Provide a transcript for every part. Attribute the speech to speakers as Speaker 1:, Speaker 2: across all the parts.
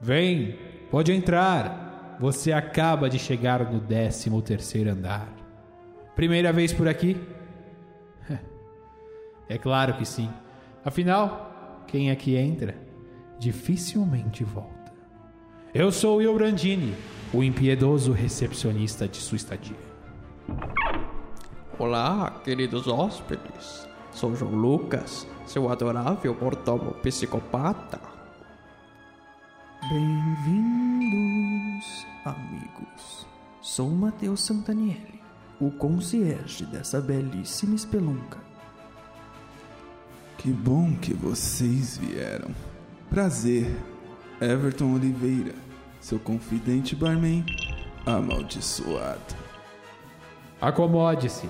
Speaker 1: Vem, pode entrar. Você acaba de chegar no 13 terceiro andar. Primeira vez por aqui? É claro que sim. Afinal, quem aqui entra, dificilmente volta. Eu sou o Brandini, o impiedoso recepcionista de sua estadia.
Speaker 2: Olá, queridos hóspedes. Sou João Lucas, seu adorável mordomo psicopata. Bem-vindos, amigos. Sou Matheus Santanielli, o concierge dessa belíssima espelunca.
Speaker 3: Que bom que vocês vieram. Prazer, Everton Oliveira, seu confidente barman amaldiçoado.
Speaker 1: Acomode-se,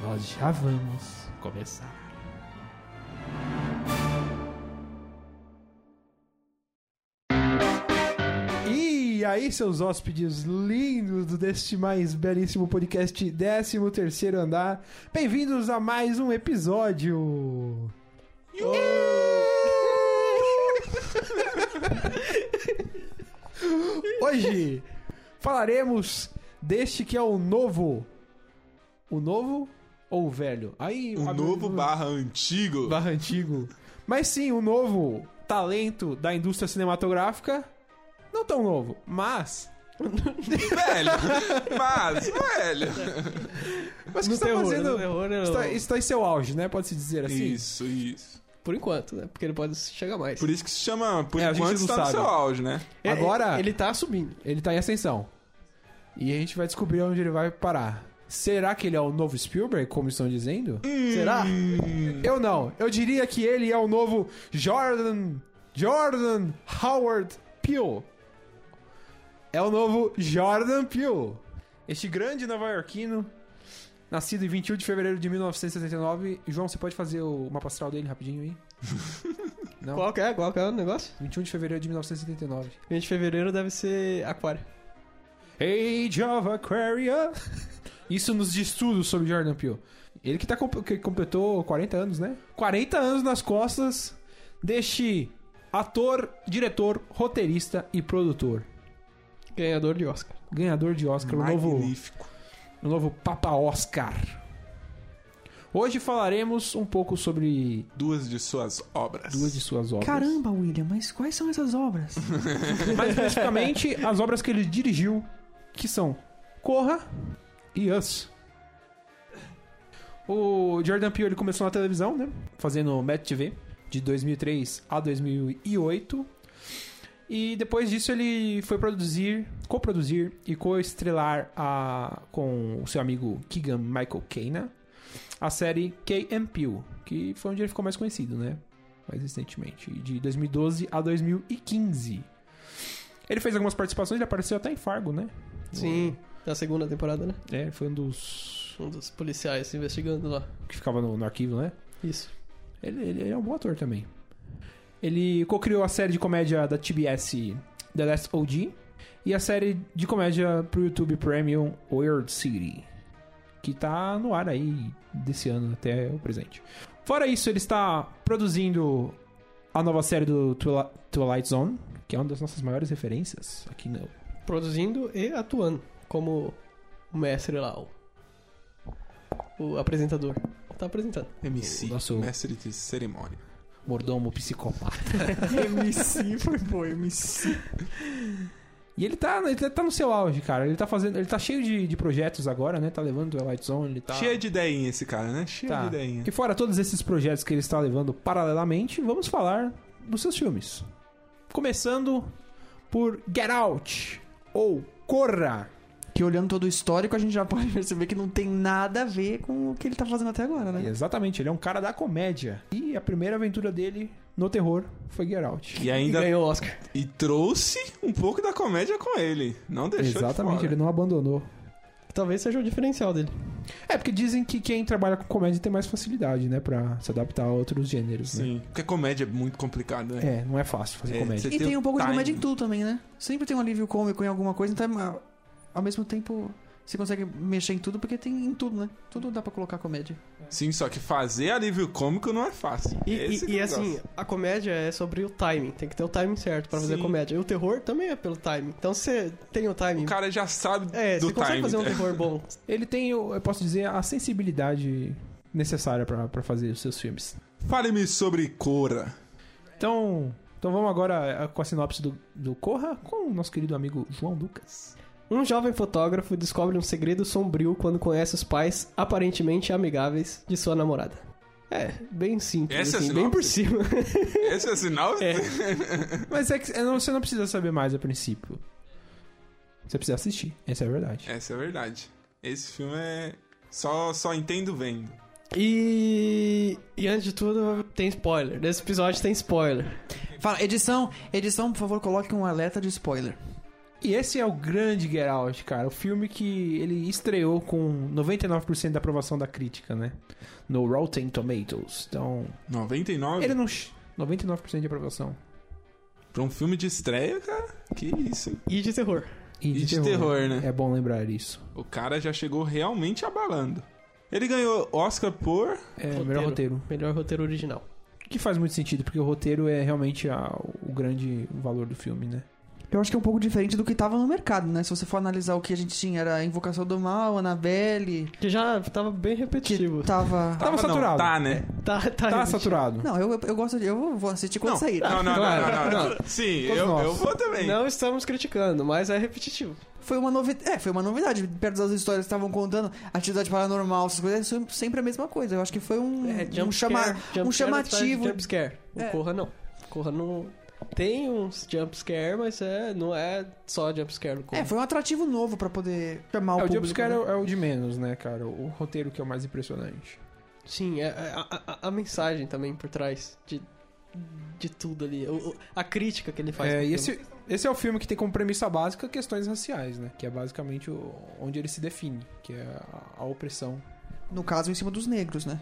Speaker 1: nós já vamos começar.
Speaker 4: E aí, seus hóspedes lindos do deste mais belíssimo podcast 13 terceiro andar, bem-vindos a mais um episódio. Hoje falaremos deste que é o novo, o novo ou o velho? Aí
Speaker 3: O
Speaker 4: abre-
Speaker 3: novo barra antigo.
Speaker 4: barra antigo, mas sim o novo talento da indústria cinematográfica, não tão novo, mas
Speaker 3: Velho, mas, velho.
Speaker 4: Mas o que
Speaker 5: No
Speaker 4: você tá
Speaker 5: terror,
Speaker 4: fazendo?
Speaker 5: no terror, é eu-
Speaker 4: Está, está em seu auge, né? Pode-se dizer assim.
Speaker 3: Isso, isso.
Speaker 5: Por enquanto, né? Porque ele pode chegar mais.
Speaker 3: Por isso que se chama, por
Speaker 4: É, a gente
Speaker 3: enquanto
Speaker 4: não
Speaker 3: está no
Speaker 4: sabe.
Speaker 3: seu auge, né?
Speaker 5: É,
Speaker 4: Agora-
Speaker 5: Ele tá subindo.
Speaker 4: Ele tá em ascensão. E a gente vai descobrir onde ele vai parar. Será que ele é o novo Spielberg, como estão dizendo?
Speaker 5: Será?
Speaker 4: Eu não. Eu diria que ele é o novo Jordan. Jordan Howard Peele. É o novo Jordan Peele. Este grande nova-iorquino, nascido em 21 de fevereiro de 1979. João, você pode fazer o mapa astral dele rapidinho aí? Não?
Speaker 5: Qual que é? Qual que é o negócio?
Speaker 4: 21 de fevereiro de 1979.
Speaker 5: 20 de fevereiro deve ser aquário.
Speaker 4: Age of Aquarius. Isso nos diz tudo sobre Jordan Peele. Ele que, tá, comp- que completou 40 anos, né? 40 anos nas costas deste ator, diretor, roteirista e produtor.
Speaker 5: Ganhador de Oscar.
Speaker 4: Ganhador de Oscar, o novo,
Speaker 3: Magnífico.
Speaker 4: o novo Papa Oscar. Hoje falaremos um pouco sobre
Speaker 3: Duas de suas obras.
Speaker 4: duas de suas obras.
Speaker 5: William, mas quais são essas obras?
Speaker 4: Mais especificamente, as obras que ele dirigiu, que são Corra e Us. O Jordan Peele ele começou na televisão, né? Fazendo Mad TV, de 2003 a 2008. E depois disso ele foi produzir, coproduzir e co-estrelar a, com o seu amigo Keegan Michael Kena a série K&M Peele, que foi onde ele ficou mais conhecido, né? Mais recentemente, de 2012 a 2015. Ele fez algumas participações, ele apareceu até em Fargo, né?
Speaker 5: Sim, da segunda temporada, né?
Speaker 4: É, foi um dos
Speaker 5: Um dos policiais investigando lá.
Speaker 4: que ficava no, no arquivo, né?
Speaker 5: Isso.
Speaker 4: Ele, ele- ele é um bom ator também. Ele co-criou a série de comédia da TBS The Last OG e a série de comédia pro YouTube Premium Weird City, que tá no ar aí desse ano até o presente. Fora isso, ele está produzindo a nova série do Twila- Twilight Zone, que é uma das nossas maiores referências aqui no,
Speaker 5: Produzindo e atuando. Como o mestre lá, o, o apresentador. Tá apresentando.
Speaker 3: MC,
Speaker 4: O nosso-
Speaker 3: mestre de cerimônia.
Speaker 4: mordomo psicopata.
Speaker 5: MC foi bom, MC.
Speaker 4: E ele tá, ele tá no seu auge, cara. Ele tá fazendo. Ele tá cheio de, de projetos agora, né? Tá levando o Light Zone, ele tá.
Speaker 3: Cheio de ideinha esse cara, né? Cheio
Speaker 4: tá.
Speaker 3: de ideinha.
Speaker 4: E fora todos esses projetos que ele está levando paralelamente, vamos falar dos seus filmes. Começando por Get Out ou Corra.
Speaker 6: Que olhando todo o histórico, a gente já pode perceber que não tem nada a ver com o que ele tá fazendo até agora, né?
Speaker 4: Exatamente, ele é um cara da comédia. E a primeira aventura dele no terror foi Get Out.
Speaker 3: E ainda
Speaker 5: Ganhou o Oscar.
Speaker 3: e trouxe um pouco da comédia com ele. Não deixou de
Speaker 4: Exatamente,
Speaker 3: fora.
Speaker 4: ele não abandonou.
Speaker 5: Talvez seja o diferencial dele.
Speaker 4: É, porque dizem que quem trabalha com comédia tem mais facilidade, né? Pra se adaptar a outros gêneros, né?
Speaker 3: Sim. Porque comédia é muito complicada, né?
Speaker 4: É, não é fácil fazer
Speaker 3: É,
Speaker 4: comédia.
Speaker 3: você
Speaker 6: E tem um pouco de
Speaker 3: time.
Speaker 6: comédia em tudo também, né? Sempre tem um alívio cômico em alguma coisa, então ao é, mesmo tempo Você consegue mexer em tudo porque tem em tudo, né? Tudo dá pra colocar comédia.
Speaker 3: Sim, só que fazer alívio cômico não é fácil.
Speaker 5: E,
Speaker 3: Esse
Speaker 5: e-
Speaker 3: que
Speaker 5: e,
Speaker 3: é o
Speaker 5: assim,
Speaker 3: negócio.
Speaker 5: a comédia é sobre o timing. Tem que ter o timing certo pra fazer
Speaker 3: Sim.
Speaker 5: comédia. E o terror também é pelo timing. Então se você tem o timing.
Speaker 3: O cara já sabe
Speaker 5: é,
Speaker 3: do né?
Speaker 5: você consegue
Speaker 3: time.
Speaker 5: fazer um terror bom.
Speaker 4: Ele tem, eu eu posso dizer, a sensibilidade necessária pra pra fazer os seus filmes.
Speaker 3: Fale-me sobre Cora.
Speaker 4: Então, então vamos agora eh, com a sinopse do, do Corra com o nosso querido amigo João Lucas.
Speaker 5: Um jovem fotógrafo descobre um segredo sombrio quando conhece os pais aparentemente amigáveis de sua namorada. É, bem simples,
Speaker 3: Essa é a
Speaker 5: assim, bem por cima.
Speaker 3: Esse é sinal?
Speaker 5: É.
Speaker 4: Mas é que eh, não- você não precisa saber mais a princípio. Você precisa assistir, essa é a verdade.
Speaker 3: Essa é a verdade. Esse filme é. Só, só entendo vendo.
Speaker 5: E... e antes de tudo, tem spoiler. Nesse episódio tem spoiler.
Speaker 6: Fala, edição, edição, por favor, coloque um alerta de spoiler.
Speaker 4: E esse é o grande Get Out, cara. O filme que ele estreou com 99% da aprovação da crítica, né? No Rotten Tomatoes. Então,
Speaker 3: 99?
Speaker 4: ele não... ch- 99% de aprovação.
Speaker 3: Pra um filme de estreia, cara? Que isso, hein?
Speaker 5: E de terror.
Speaker 3: E de terror, né?
Speaker 4: É bom lembrar isso.
Speaker 3: O cara já chegou realmente abalando. Ele ganhou Oscar por.
Speaker 4: É o melhor roteiro.
Speaker 5: Melhor roteiro original.
Speaker 4: Que faz muito sentido, porque o roteiro é realmente a- o grande valor do filme, né?
Speaker 6: Eu acho que é um pouco diferente do que tava no mercado, né? Se você for analisar o que a gente tinha, era Invocação do Mal, Annabelle,
Speaker 5: Que já tava bem
Speaker 6: que
Speaker 5: repetitivo.
Speaker 6: tava...
Speaker 4: Tava
Speaker 3: não,
Speaker 4: saturado.
Speaker 3: tá, né?
Speaker 5: Tá, tá,
Speaker 4: Tá
Speaker 5: repetitivo.
Speaker 4: saturado.
Speaker 6: é Não, eu, eu gosto de... Eu vou assistir quando
Speaker 3: Não.
Speaker 6: sair.
Speaker 3: Não, não,
Speaker 4: Claro.
Speaker 3: não, não, não, Sim,
Speaker 4: Todos
Speaker 3: eu,
Speaker 4: nós.
Speaker 3: eu vou também.
Speaker 5: Não estamos criticando, mas é repetitivo.
Speaker 6: Foi uma novidade. É, foi uma novidade. Perto das histórias que estavam contando, atividade paranormal, essas coisas, é sempre a mesma coisa. Eu acho que foi um,
Speaker 5: É,
Speaker 6: um, chama- um chamativo.
Speaker 5: Jumpscare.
Speaker 6: É.
Speaker 5: O Corra não. O Corra não... Tem uns jumpscare, mas é, não é só jumpscare no Corra.
Speaker 6: É, foi um atrativo novo pra poder chamar o
Speaker 4: É, o
Speaker 6: público.
Speaker 4: Jumpscare é,
Speaker 6: né?
Speaker 4: o- é o de menos, né, cara? O, o roteiro que é o mais impressionante.
Speaker 5: Sim, é, é, a, a- a mensagem também por trás de, de tudo ali. O- o- a crítica que ele faz.
Speaker 4: É,
Speaker 5: pro filme.
Speaker 4: e esse, esse é o filme que tem como premissa básica questões raciais, né? Que é basicamente o- onde ele se define, que é a, a opressão.
Speaker 6: No caso, em cima dos negros, né?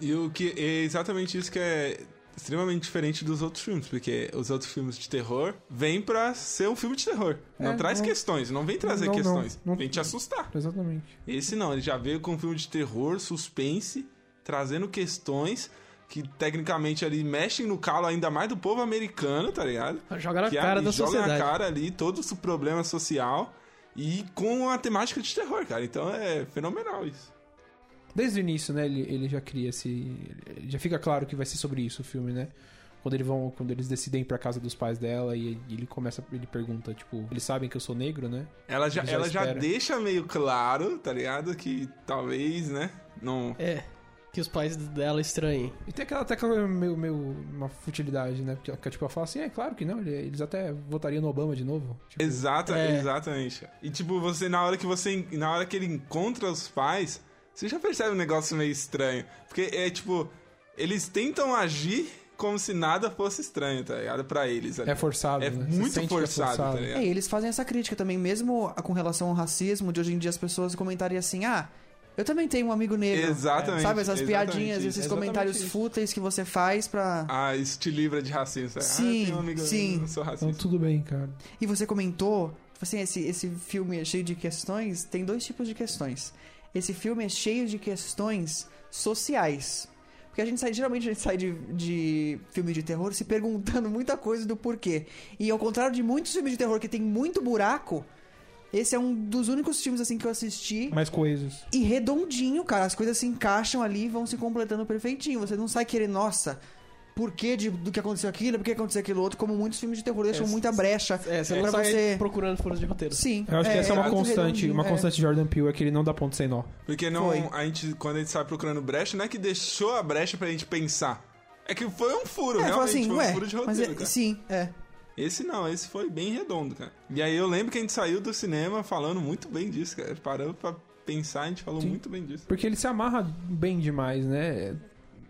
Speaker 3: E o que é exatamente isso que é extremamente diferente dos outros filmes, porque os outros filmes de terror vêm pra ser um filme de terror.
Speaker 4: É,
Speaker 3: não traz
Speaker 4: não-
Speaker 3: questões, não vem trazer
Speaker 4: não, não,
Speaker 3: questões.
Speaker 4: não-
Speaker 3: Vem te assustar.
Speaker 4: Exatamente.
Speaker 3: Esse não, ele já veio com um filme de terror, suspense, trazendo questões que tecnicamente ali mexem no calo ainda mais do povo americano, tá ligado?
Speaker 5: Joga na
Speaker 3: que
Speaker 5: cara
Speaker 3: ali
Speaker 5: da
Speaker 3: joga
Speaker 5: sociedade.
Speaker 3: na cara ali todo o problema social e com a temática de terror, cara. Então é fenomenal isso.
Speaker 4: Desde o início, né, ele, ele já cria esse. ele- Já fica claro que vai ser sobre isso o filme, né? Quando eles vão. Quando eles decidem ir pra casa dos pais dela e ele começa. Ele pergunta, tipo, eles sabem que eu sou negro, né?
Speaker 3: Ela já,
Speaker 4: Já
Speaker 3: ela já
Speaker 4: espera.
Speaker 3: deixa meio claro, tá ligado? Que talvez, né? Não.
Speaker 5: É, que os pais dela estranhem.
Speaker 4: E tem aquela tecla meio, meio uma futilidade, né? Porque tipo, ela fala assim, é claro que não, ele- eles até votariam no Obama de novo. Tipo,
Speaker 3: Exata,
Speaker 5: É.
Speaker 3: Exatamente. E tipo, você na hora que você. Na hora que ele encontra os pais, você já percebe um negócio meio estranho. Porque é tipo, eles tentam agir como se nada fosse estranho, tá ligado? Pra eles. ali.
Speaker 4: é forçado,
Speaker 3: É
Speaker 4: né? Você
Speaker 3: muito
Speaker 4: sente que é
Speaker 3: forçado, tá ligado?
Speaker 6: É, e eles fazem essa crítica também, mesmo a- com relação ao racismo, de hoje em dia as pessoas comentarem assim, ah, eu também tenho um amigo negro.
Speaker 3: Exatamente.
Speaker 6: Sabe, essas
Speaker 3: exatamente
Speaker 6: piadinhas,
Speaker 3: isso.
Speaker 6: esses
Speaker 4: exatamente
Speaker 6: comentários
Speaker 4: isso.
Speaker 6: fúteis que você faz pra...
Speaker 3: Ah, isso te livra de racismo. sabe? ah,
Speaker 6: Sim,
Speaker 3: eu tenho um amigo,
Speaker 6: sim.
Speaker 3: Eu não sou
Speaker 4: Então
Speaker 3: racista.
Speaker 4: tudo bem, cara.
Speaker 6: E você comentou, tipo assim, esse, esse filme é cheio de questões. Tem dois tipos de questões. Esse filme é cheio de questões sociais. Porque a gente sai, geralmente a gente sai de, de filme de terror se perguntando muita coisa do porquê. E ao contrário de muitos filmes de terror que tem muito buraco, esse é um dos únicos filmes assim que eu assisti.
Speaker 4: Mais coesos.
Speaker 6: E redondinho, cara, as coisas se encaixam ali e vão se completando perfeitinho. Você não sai querer, nossa, por que de- do que aconteceu aquilo, por que aconteceu aquilo outro, como muitos filmes de terror deixam
Speaker 5: É,
Speaker 6: muita brecha.
Speaker 5: É, você
Speaker 6: É,
Speaker 5: não
Speaker 6: pra
Speaker 5: sai
Speaker 6: você-
Speaker 5: procurando furos de roteiro.
Speaker 6: Sim.
Speaker 4: Eu acho que essa é uma
Speaker 6: muito
Speaker 4: constante,
Speaker 6: redondinho,
Speaker 4: uma
Speaker 6: é.
Speaker 4: constante de Jordan Peele, é que ele não dá ponto sem nó.
Speaker 3: Porque não,
Speaker 6: Foi.
Speaker 3: a gente, quando a gente sai procurando brecha, não é que deixou a brecha pra gente pensar. É que foi um furo,
Speaker 6: É, fala
Speaker 3: realmente.
Speaker 6: assim,
Speaker 3: foi
Speaker 6: ué,
Speaker 3: um furo de
Speaker 6: mas
Speaker 3: roteiro,
Speaker 6: é-
Speaker 3: cara.
Speaker 6: sim, é.
Speaker 3: Esse não, esse foi bem redondo, cara. E aí eu lembro que a gente saiu do cinema falando muito bem disso, cara. Parando pra pensar, a gente falou
Speaker 4: Sim.
Speaker 3: muito bem disso.
Speaker 4: Porque ele se amarra bem demais, né?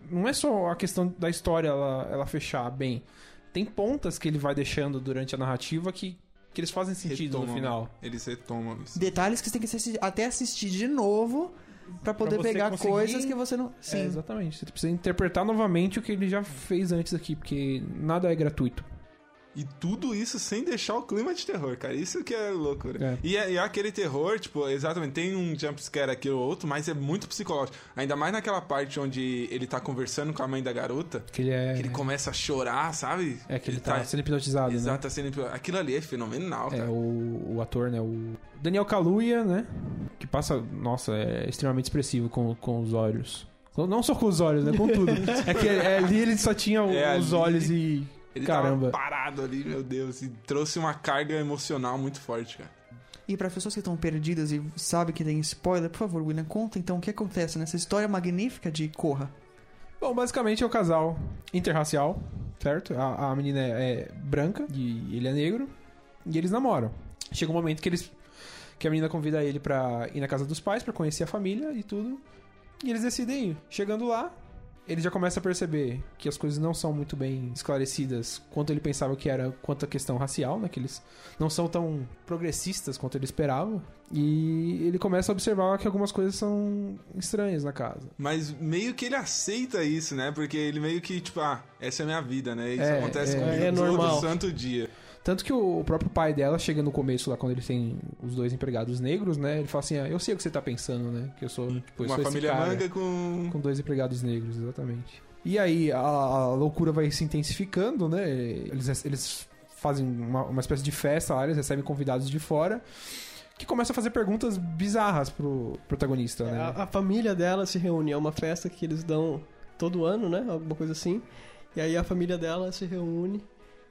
Speaker 4: Não é só a questão da história ela, ela fechar bem. Tem pontas que ele vai deixando durante a narrativa que, que eles fazem sentido
Speaker 3: Retomam. né?
Speaker 4: no final.
Speaker 3: Eles retomam isso.
Speaker 6: Detalhes que você tem que assi- até assistir de novo pra poder
Speaker 4: você
Speaker 6: pegar
Speaker 4: conseguir-
Speaker 6: coisas que você não.
Speaker 4: É,
Speaker 6: Sim.
Speaker 4: exatamente. Você precisa interpretar novamente o que ele já fez antes aqui, porque nada é gratuito.
Speaker 3: E tudo isso sem deixar o clima de terror, cara. Isso que é loucura.
Speaker 4: É.
Speaker 3: E, é, e é aquele terror, tipo, exatamente, tem um jumpscare aqui ou outro, mas é muito psicológico. Ainda mais naquela parte onde ele tá conversando com a mãe da garota,
Speaker 4: Que ele é.
Speaker 3: que ele começa a chorar, sabe?
Speaker 4: É que ele, tá, sendo hipnotizado. né?
Speaker 3: Exato, tá sendo... Aquilo ali é fenomenal,
Speaker 4: É,
Speaker 3: cara.
Speaker 4: o, o ator, né? O Daniel Kaluuya, né? Que passa, nossa, é extremamente expressivo com, com os olhos. Não só com os olhos, né? Com tudo. é que é, ali ele só tinha o-
Speaker 3: É,
Speaker 4: os
Speaker 3: ali-
Speaker 4: olhos e.
Speaker 3: Ele
Speaker 4: Caramba.
Speaker 3: tava parado ali, meu Deus, e trouxe uma carga emocional muito forte, cara.
Speaker 6: E para pessoas que estão perdidas e sabem que tem spoiler, por favor, William, conta então o que acontece nessa história magnífica de Corra.
Speaker 4: Bom, basicamente é o casal interracial, certo? A, a menina é, é branca e ele é negro. E eles namoram. Chega um momento que eles. Que a menina convida ele pra ir na casa dos pais, pra conhecer a família e tudo. E eles decidem ir. Chegando lá, ele já começa a perceber que as coisas não são muito bem esclarecidas quanto ele pensava que era quanto à questão racial, né? Que eles não são tão progressistas quanto ele esperava. E ele começa a observar que algumas coisas são estranhas na casa.
Speaker 3: Mas meio que ele aceita isso, né? Porque ele meio que, tipo, ah, essa é a minha vida, né? Isso
Speaker 4: É,
Speaker 3: acontece
Speaker 4: é,
Speaker 3: comigo
Speaker 5: é
Speaker 3: todo
Speaker 5: normal.
Speaker 3: santo dia.
Speaker 4: Tanto que o próprio pai dela chega no começo lá, quando eles têm os dois empregados negros, né? Ele fala assim, ah, eu sei o que você tá pensando, né? Que eu sou, tipo, eu
Speaker 3: Hum, uma
Speaker 4: sou
Speaker 3: família
Speaker 4: esse cara
Speaker 3: manga hum. com...
Speaker 4: com dois empregados negros, exatamente. E aí a, a loucura vai se intensificando, né? Eles, eles fazem uma, uma espécie de festa lá, eles recebem convidados de fora, que começam a fazer perguntas bizarras pro protagonista, né?
Speaker 5: É, A, a família dela se reúne, é uma festa que eles dão todo ano, né? Alguma coisa assim. E aí a família dela se reúne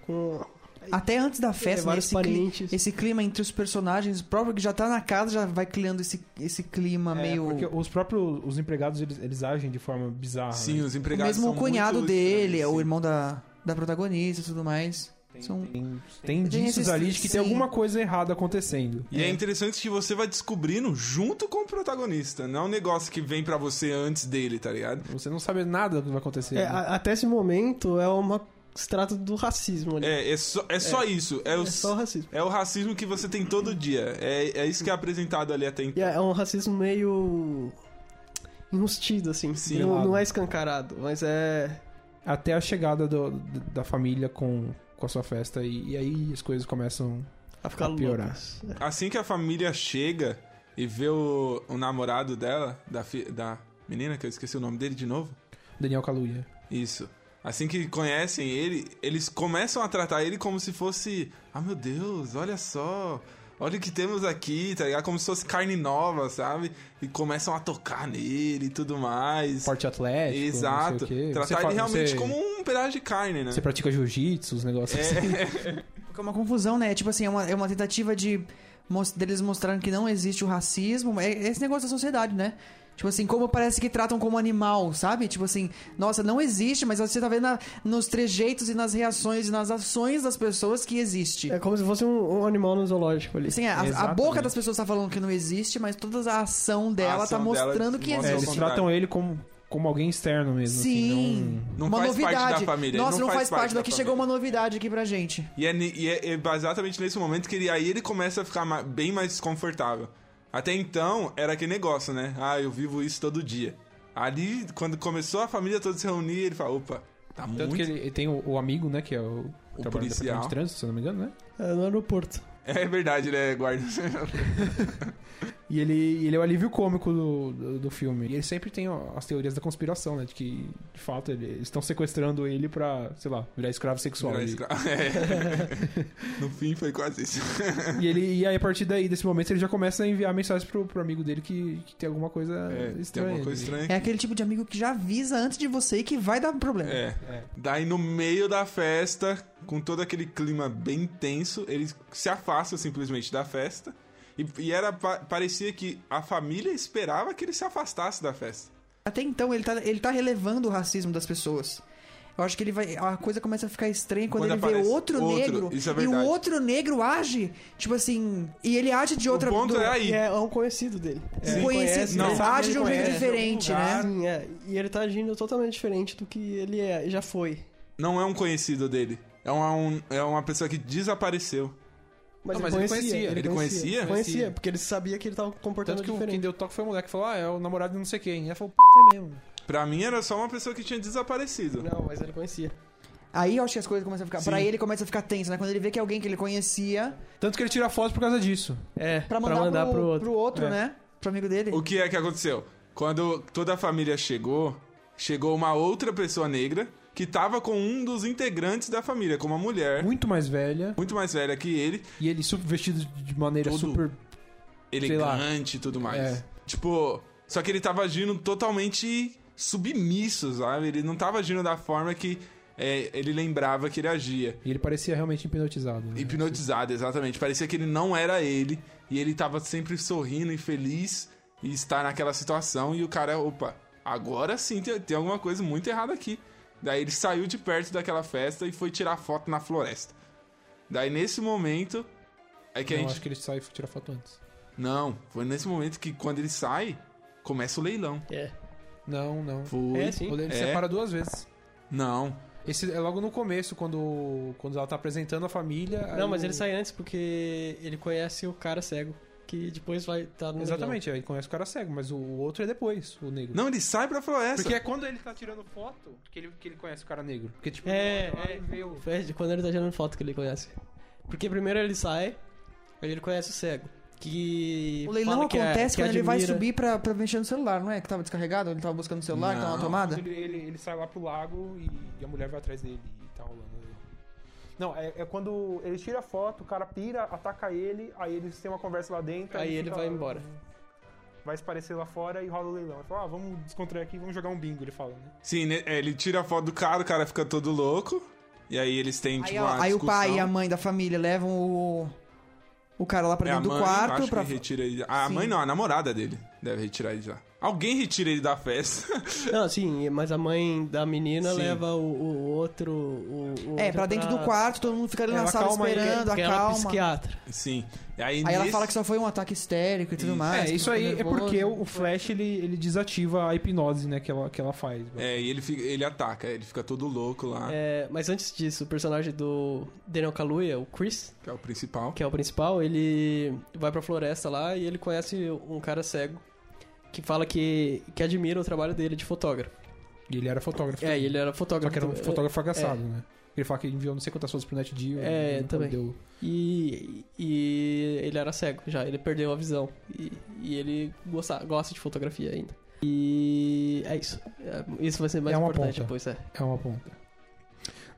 Speaker 5: com
Speaker 6: Até antes da festa, né,
Speaker 5: vários
Speaker 6: esse, cli-
Speaker 5: parentes.
Speaker 6: esse clima entre os personagens, prova que já tá na casa, já vai criando esse, esse clima
Speaker 4: É,
Speaker 6: meio.
Speaker 4: Porque os próprios os empregados, eles, eles agem de forma bizarra.
Speaker 3: Sim,
Speaker 4: né?
Speaker 3: os
Speaker 6: O
Speaker 3: empregados
Speaker 6: mesmo
Speaker 3: são
Speaker 6: o cunhado
Speaker 3: muito
Speaker 6: dele, é
Speaker 3: estranhos,
Speaker 6: o
Speaker 3: sim.
Speaker 6: irmão da, da protagonista e tudo mais. São...
Speaker 4: Tem, tem indícios
Speaker 6: esses-
Speaker 4: ali de que tem
Speaker 6: sim.
Speaker 4: alguma coisa errada acontecendo.
Speaker 3: E é. interessante que você vai descobrindo junto com o protagonista. Não é um negócio que vem pra você antes dele, tá ligado?
Speaker 4: Você não sabe nada do que vai acontecer.
Speaker 5: É,
Speaker 4: né?
Speaker 5: a- até esse momento é uma. Se trata do racismo ali.
Speaker 3: É, é só, é só isso. É, o,
Speaker 5: É só o racismo.
Speaker 3: é o racismo que você tem todo dia. É, é isso que é apresentado ali até
Speaker 5: E
Speaker 3: então.
Speaker 5: é um racismo meio. enrustido, assim.
Speaker 3: Sim.
Speaker 5: não, não é escancarado, mas é.
Speaker 4: Até a chegada do- da família com, com a sua festa. E, e aí as coisas começam.
Speaker 5: a ficar
Speaker 4: A piorar.
Speaker 5: loucas. É.
Speaker 3: Assim que a família chega e vê o, o namorado dela, da, fi- da menina, que eu esqueci o nome dele de novo.
Speaker 4: Daniel Kaluuya.
Speaker 3: Isso. Assim que conhecem ele, eles começam a tratar ele como se fosse. Ah, meu Deus, olha só. Olha o que temos aqui, tá ligado? Como se fosse carne nova, sabe? E começam a tocar nele e tudo mais.
Speaker 4: Forte atlético. Não sei
Speaker 3: Exato.
Speaker 4: o quê.
Speaker 3: Tratar
Speaker 4: Você
Speaker 3: ele
Speaker 4: fala-
Speaker 3: realmente
Speaker 4: você-
Speaker 3: como um É. pedaço de carne, né?
Speaker 4: Você pratica jiu-jitsu, os negócios assim.
Speaker 6: Porque é uma confusão, né? Tipo assim, é uma, é uma tentativa de mos- deles mostrarem que não existe o racismo. É é esse negócio da sociedade, né? Tipo assim, como parece que tratam como animal, sabe? Tipo assim, nossa, não existe, mas você tá vendo na- nos trejeitos e nas reações e nas ações das pessoas que existe.
Speaker 5: É como se fosse um, um animal no zoológico ali.
Speaker 6: Assim, a, a
Speaker 4: Exatamente.
Speaker 6: boca das pessoas tá falando que não existe, mas toda a ação dela
Speaker 3: ação
Speaker 6: tá
Speaker 3: dela
Speaker 6: mostrando que
Speaker 3: mostra
Speaker 4: É,
Speaker 3: ao
Speaker 6: existe.
Speaker 4: eles
Speaker 3: contrário.
Speaker 4: tratam ele como, como alguém externo mesmo. assim,
Speaker 6: Sim,
Speaker 4: não-
Speaker 3: Não
Speaker 6: uma
Speaker 3: faz parte
Speaker 6: novidade.
Speaker 3: da família,
Speaker 6: Nossa,
Speaker 3: não
Speaker 6: não,
Speaker 3: faz
Speaker 6: faz,
Speaker 3: parte
Speaker 6: parte
Speaker 3: da
Speaker 6: daqui. Chegou
Speaker 3: família.
Speaker 6: uma novidade aqui pra gente.
Speaker 3: E, é, ni- e é- é exatamente nesse momento que ele, aí ele começa a ficar ma- bem mais desconfortável. Até então, era aquele negócio, né? Ah, eu vivo isso todo dia. Ali, quando começou a família toda se reunir, ele fala, opa, tá
Speaker 4: Tanto
Speaker 3: muito...
Speaker 4: que ele, ele tem o, o amigo, né? Que é o. que
Speaker 3: O
Speaker 4: trabalha no
Speaker 3: policial.
Speaker 4: departamento de trânsito, se eu não me engano, né?
Speaker 5: É, no aeroporto.
Speaker 3: É verdade, ele é guarda.
Speaker 4: E ele, ele é o alívio cômico do, do, do filme. E ele sempre tem ó, as teorias da conspiração, né? De que, de fato, ele- eles estão sequestrando ele pra, sei lá, virar escravo sexual.
Speaker 3: Virar
Speaker 4: E-
Speaker 3: escravo. É. No fim, foi quase isso.
Speaker 4: E, ele, e aí, a partir daí, desse momento, ele já começa a enviar mensagens pro, pro amigo dele que, que tem alguma coisa
Speaker 3: É, tem
Speaker 4: estranha.
Speaker 3: alguma coisa
Speaker 4: ali.
Speaker 3: estranha.
Speaker 6: É aquele tipo de amigo que já avisa antes de você e que vai dar problema.
Speaker 3: É.
Speaker 4: É.
Speaker 3: Daí no meio da festa, com todo aquele clima bem tenso, eles se afastam simplesmente da festa. E, e era pa- parecia que a família esperava que ele se afastasse da festa.
Speaker 6: Até então, ele tá, ele tá relevando o racismo das pessoas. Eu acho que ele vai. A coisa começa a ficar estranha quando,
Speaker 3: Quando
Speaker 6: ele vê
Speaker 3: aparece
Speaker 6: outro,
Speaker 3: outro,
Speaker 6: negro.
Speaker 3: isso é
Speaker 6: e o
Speaker 3: verdade.
Speaker 6: outro negro age, tipo assim. E ele age de outra
Speaker 3: o ponto
Speaker 6: do-
Speaker 3: é aí.
Speaker 5: E é um conhecido dele.
Speaker 6: É.
Speaker 5: Ele
Speaker 6: Conhecido.
Speaker 3: Não.
Speaker 5: ele sabe,
Speaker 6: Age de um
Speaker 5: ele
Speaker 6: jeito
Speaker 5: conhece.
Speaker 6: diferente,
Speaker 5: Ah,
Speaker 6: né?
Speaker 5: sim, é. E ele tá agindo totalmente diferente do que ele é, já foi.
Speaker 3: Não é um conhecido dele. É uma, um- é uma pessoa que desapareceu.
Speaker 5: Mas,
Speaker 4: Não,
Speaker 5: ele,
Speaker 4: mas ele
Speaker 5: conhecia,
Speaker 4: conhecia.
Speaker 3: Ele conhecia?
Speaker 5: Conhecia, porque ele sabia que ele tava comportando
Speaker 4: Tanto que o- quem
Speaker 5: diferente.
Speaker 4: deu toque foi o moleque que falou: Ah, é o namorado de não sei quem. E ela falou: P é mesmo.
Speaker 3: Pra mim era só uma pessoa que tinha desaparecido.
Speaker 5: Não, mas ele conhecia.
Speaker 6: Aí eu acho que as coisas começam a ficar. Pra ele começa a ficar tenso, né? Quando ele vê que é alguém que ele conhecia,
Speaker 4: Tanto que ele tira foto por causa disso.
Speaker 5: É,
Speaker 6: pra mandar, pro, pro outro,
Speaker 4: É.
Speaker 6: né? Pro amigo dele.
Speaker 3: O que é que aconteceu? Quando toda a família chegou, chegou uma outra pessoa negra que tava com um dos integrantes da família, com uma mulher
Speaker 4: Muito mais velha.
Speaker 3: muito mais velha que ele,
Speaker 4: E ele super vestido de maneira
Speaker 3: Tudo.
Speaker 4: super. lá.
Speaker 3: elegante e tudo mais.
Speaker 4: É.
Speaker 3: Tipo, só que ele tava agindo totalmente submisso, sabe? Ele não tava agindo da forma que é, ele lembrava que ele agia.
Speaker 4: E ele parecia realmente hipnotizado. né?
Speaker 3: Hipnotizado, exatamente. Parecia que ele não era ele. E ele tava sempre sorrindo e feliz e estar naquela situação. E o cara, opa, agora sim tem, tem alguma coisa muito errada aqui. Daí ele saiu de perto daquela festa e foi tirar foto na floresta. Daí nesse momento. É que
Speaker 4: Não,
Speaker 3: a gente.
Speaker 4: acho que ele sai e tira foto antes.
Speaker 3: Não, foi nesse momento que quando ele sai, começa o leilão.
Speaker 5: É.
Speaker 4: Não, não.
Speaker 3: Foi.
Speaker 5: É, sim.
Speaker 4: Quando ele
Speaker 3: É.
Speaker 4: separa duas vezes.
Speaker 3: Não.
Speaker 4: Esse é logo no começo, quando, quando ela tá apresentando a família. aí
Speaker 5: Não, mas
Speaker 4: o-
Speaker 5: ele sai antes porque ele conhece o cara cego, que depois vai estar no.
Speaker 4: Exatamente, aí ele conhece o cara cego, mas o outro é depois, o negro.
Speaker 3: Não, ele sai pra floresta.
Speaker 4: Porque é quando ele tá tirando foto que ele, que ele conhece o cara negro. Porque, tipo,
Speaker 5: É,
Speaker 4: ele vai lá
Speaker 5: é.
Speaker 4: e vê o-
Speaker 5: É de quando ele tá tirando foto que ele conhece. Porque primeiro ele sai, aí ele conhece o cego. Que.
Speaker 6: O leilão
Speaker 5: fala que é-
Speaker 6: acontece
Speaker 5: que
Speaker 6: quando ele vai
Speaker 5: admira.
Speaker 6: subir pra, pra mexer no celular, não é? Que tava descarregado, ele tava buscando o celular, que tava na
Speaker 3: Não.
Speaker 6: tomada.
Speaker 4: Ele, ele, ele sai lá pro lago e, e a mulher vai atrás dele e tá rolando. Não, é, é quando ele tira a foto, o cara pira, ataca ele, aí eles têm uma conversa lá dentro.
Speaker 5: Aí ele
Speaker 4: fica-
Speaker 5: vai embora.
Speaker 4: Vai esparecer lá fora e rola o leilão. Ele fala, ah, vamos descontrair aqui, vamos jogar um bingo, ele fala, né?
Speaker 3: Sim, né, é, ele tira a foto do cara, o cara fica todo louco. E aí eles têm,
Speaker 6: Aí,
Speaker 3: tipo,
Speaker 6: ó,
Speaker 3: uma
Speaker 6: aí o pai
Speaker 3: discussão.
Speaker 6: e a mãe da família levam o, o cara lá pra
Speaker 3: É, a
Speaker 6: dentro
Speaker 3: mãe,
Speaker 6: do quarto.
Speaker 3: acho
Speaker 6: Pra...
Speaker 3: que retira ele. Ah, A
Speaker 6: Sim.
Speaker 3: mãe não, a namorada dele deve retirar ele já. Alguém retira ele da festa.
Speaker 5: Não, sim, mas a mãe da menina
Speaker 3: Sim.
Speaker 5: leva o, o outro. O, o
Speaker 6: É,
Speaker 5: outro
Speaker 6: pra dentro do quarto, todo mundo fica ali na
Speaker 4: Ela
Speaker 6: sala
Speaker 4: acalma ele,
Speaker 6: esperando,
Speaker 5: Que ela é
Speaker 6: acalma.
Speaker 5: psiquiatra.
Speaker 3: Sim. E aí,
Speaker 6: Aí ela
Speaker 3: nesse-
Speaker 6: fala que só foi um ataque histérico e tudo
Speaker 3: Isso.
Speaker 6: mais.
Speaker 4: é,
Speaker 6: que
Speaker 4: isso
Speaker 6: ficou
Speaker 4: aí é
Speaker 6: nervoso. né?
Speaker 4: porque o, o Flash ele, ele desativa a hipnose, né, que ela, que ela faz.
Speaker 3: É, e ele, fica- ele ataca, ele fica todo louco lá,
Speaker 4: Ah.
Speaker 5: É, mas antes disso, o personagem do Daniel Kaluuya, o Chris,
Speaker 3: que é o principal.
Speaker 5: que é o principal, ele vai pra floresta lá e ele conhece um cara cego que fala que, que admira o trabalho dele de fotógrafo.
Speaker 4: E ele era fotógrafo.
Speaker 5: É, e ele era
Speaker 4: Só
Speaker 5: fotógrafo.
Speaker 4: que era um
Speaker 5: É,
Speaker 4: fotógrafo fracassado, né? Ele fala que enviou não sei quantas fotos pro NetGeo.
Speaker 5: É,
Speaker 4: e nunca
Speaker 5: também.
Speaker 4: Deu...
Speaker 5: E, e ele era cego já, ele perdeu a visão. E, e ele gosta, gosta de fotografia ainda. E é isso. É, Isso vai ser mais
Speaker 4: É uma
Speaker 5: importante
Speaker 4: ponta.
Speaker 5: depois, é.
Speaker 4: É uma ponta.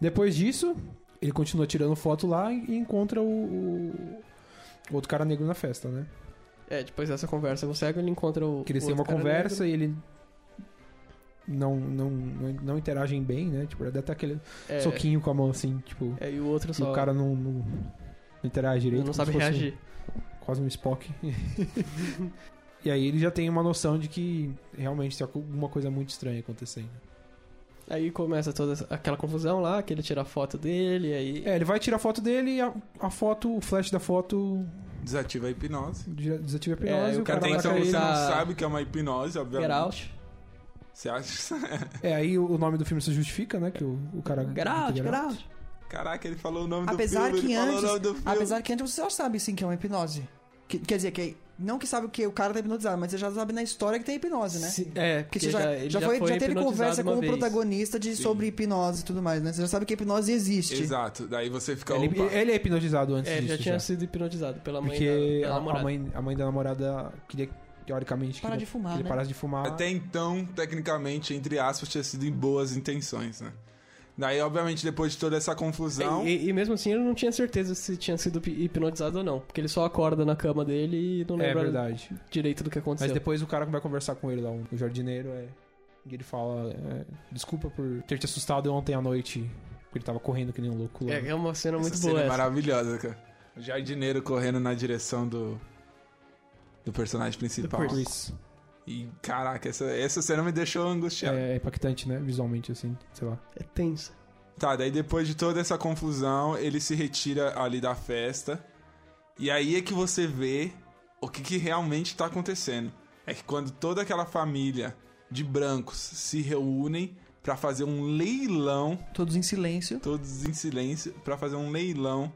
Speaker 4: Depois disso, ele continua tirando foto lá e encontra o, o outro cara negro na festa, né?
Speaker 5: É, depois dessa conversa com o cego, ele encontra o.
Speaker 4: Que eles
Speaker 5: o
Speaker 4: têm uma
Speaker 5: outro cara negro.
Speaker 4: conversa e ele não, não, não, não interagem bem, né? Tipo, ele dá até aquele
Speaker 5: É,
Speaker 4: soquinho com a mão assim, tipo,
Speaker 5: É, e o outro
Speaker 4: e
Speaker 5: só.
Speaker 4: o cara não, não, não interage direito.
Speaker 5: não
Speaker 4: como se
Speaker 5: sabe
Speaker 4: fosse um-
Speaker 5: reagir.
Speaker 4: quase um Spock. e aí ele já tem uma noção de que realmente tem alguma coisa muito estranha acontecendo.
Speaker 5: Aí começa toda essa- aquela confusão lá, que ele tira a foto dele, aí.
Speaker 4: É, ele vai tirar a foto dele e a, a foto, o flash da foto
Speaker 3: Desativa a hipnose.
Speaker 4: de- desativa a
Speaker 5: É,
Speaker 4: hipnose
Speaker 5: aí
Speaker 4: e
Speaker 5: o
Speaker 4: o
Speaker 5: cara
Speaker 4: cara,
Speaker 3: Até
Speaker 5: vai
Speaker 3: então
Speaker 4: ataca
Speaker 5: cair
Speaker 3: você
Speaker 4: ele.
Speaker 5: na-
Speaker 3: não sabe que é uma hipnose,
Speaker 5: Get
Speaker 3: obviamente.
Speaker 5: out.
Speaker 3: Você acha.
Speaker 4: É, aí o, o nome do filme se justifica, né? Que o, o cara... né?
Speaker 5: Get out, get out.
Speaker 3: Caraca, ele falou o nome
Speaker 6: Apesar
Speaker 3: do filme.
Speaker 6: que
Speaker 3: ele falou
Speaker 6: antes-
Speaker 3: o nome do filme.
Speaker 6: Apesar que antes você já sabe, sim, que é uma hipnose. Que- quer dizer, que não que sabe que o cara tá hipnotizado, mas você já sabe na história que tem hipnose, né?
Speaker 5: Se- É,
Speaker 6: Porque
Speaker 5: porque
Speaker 6: você já,
Speaker 5: ele
Speaker 6: já, foi, já teve
Speaker 5: hipnotizado
Speaker 6: conversa
Speaker 5: uma
Speaker 6: com o
Speaker 5: vez.
Speaker 6: protagonista de,
Speaker 3: Sim.
Speaker 6: sobre hipnose e tudo mais, né? Você já sabe que a hipnose existe.
Speaker 3: Exato. Daí você fica.
Speaker 4: Ele,
Speaker 3: opa.
Speaker 4: ele é hipnotizado antes
Speaker 5: É, ele
Speaker 4: disso,
Speaker 5: já tinha
Speaker 4: já.
Speaker 5: sido hipnotizado pela mãe
Speaker 4: Porque
Speaker 5: da, da
Speaker 4: a, a
Speaker 5: namorada.
Speaker 4: mãe, a mãe da namorada queria, teoricamente,
Speaker 6: Para
Speaker 4: que
Speaker 6: de
Speaker 4: ele-
Speaker 6: fumar,
Speaker 4: que ele
Speaker 6: né?
Speaker 4: parasse de fumar.
Speaker 3: Até então, tecnicamente, entre aspas, tinha sido em boas intenções, né? Daí, obviamente, depois de toda essa
Speaker 6: Então?
Speaker 3: confusão.
Speaker 5: E, e mesmo assim ele não tinha certeza se tinha sido pi- hipnotizado ou não. Porque ele só acorda na cama dele e não
Speaker 4: É
Speaker 5: lembra
Speaker 4: verdade.
Speaker 5: direito do que aconteceu.
Speaker 4: Mas depois o cara vai conversar com ele lá, o jardineiro, é. E ele fala: é, Desculpa por ter te assustado ontem à noite. Porque ele tava correndo que nem um louco. lá.
Speaker 5: É, é uma cena
Speaker 3: essa
Speaker 5: muito
Speaker 3: cena
Speaker 5: boa
Speaker 3: é
Speaker 5: essa.
Speaker 3: maravilhosa, cara. O jardineiro correndo na direção do. Do personagem principal.
Speaker 5: Do
Speaker 4: Chris.
Speaker 3: E caraca, essa, essa cena me deixou angustiado.
Speaker 4: É, é impactante, né? Visualmente, assim, sei lá.
Speaker 5: É tensa.
Speaker 3: Tá, daí depois de toda essa confusão, ele se retira ali da festa. E aí é que você vê o que, que realmente tá acontecendo. É que quando toda aquela família de brancos se reúnem pra fazer um leilão,
Speaker 6: Todos em silêncio.
Speaker 3: todos em silêncio, pra fazer um leilão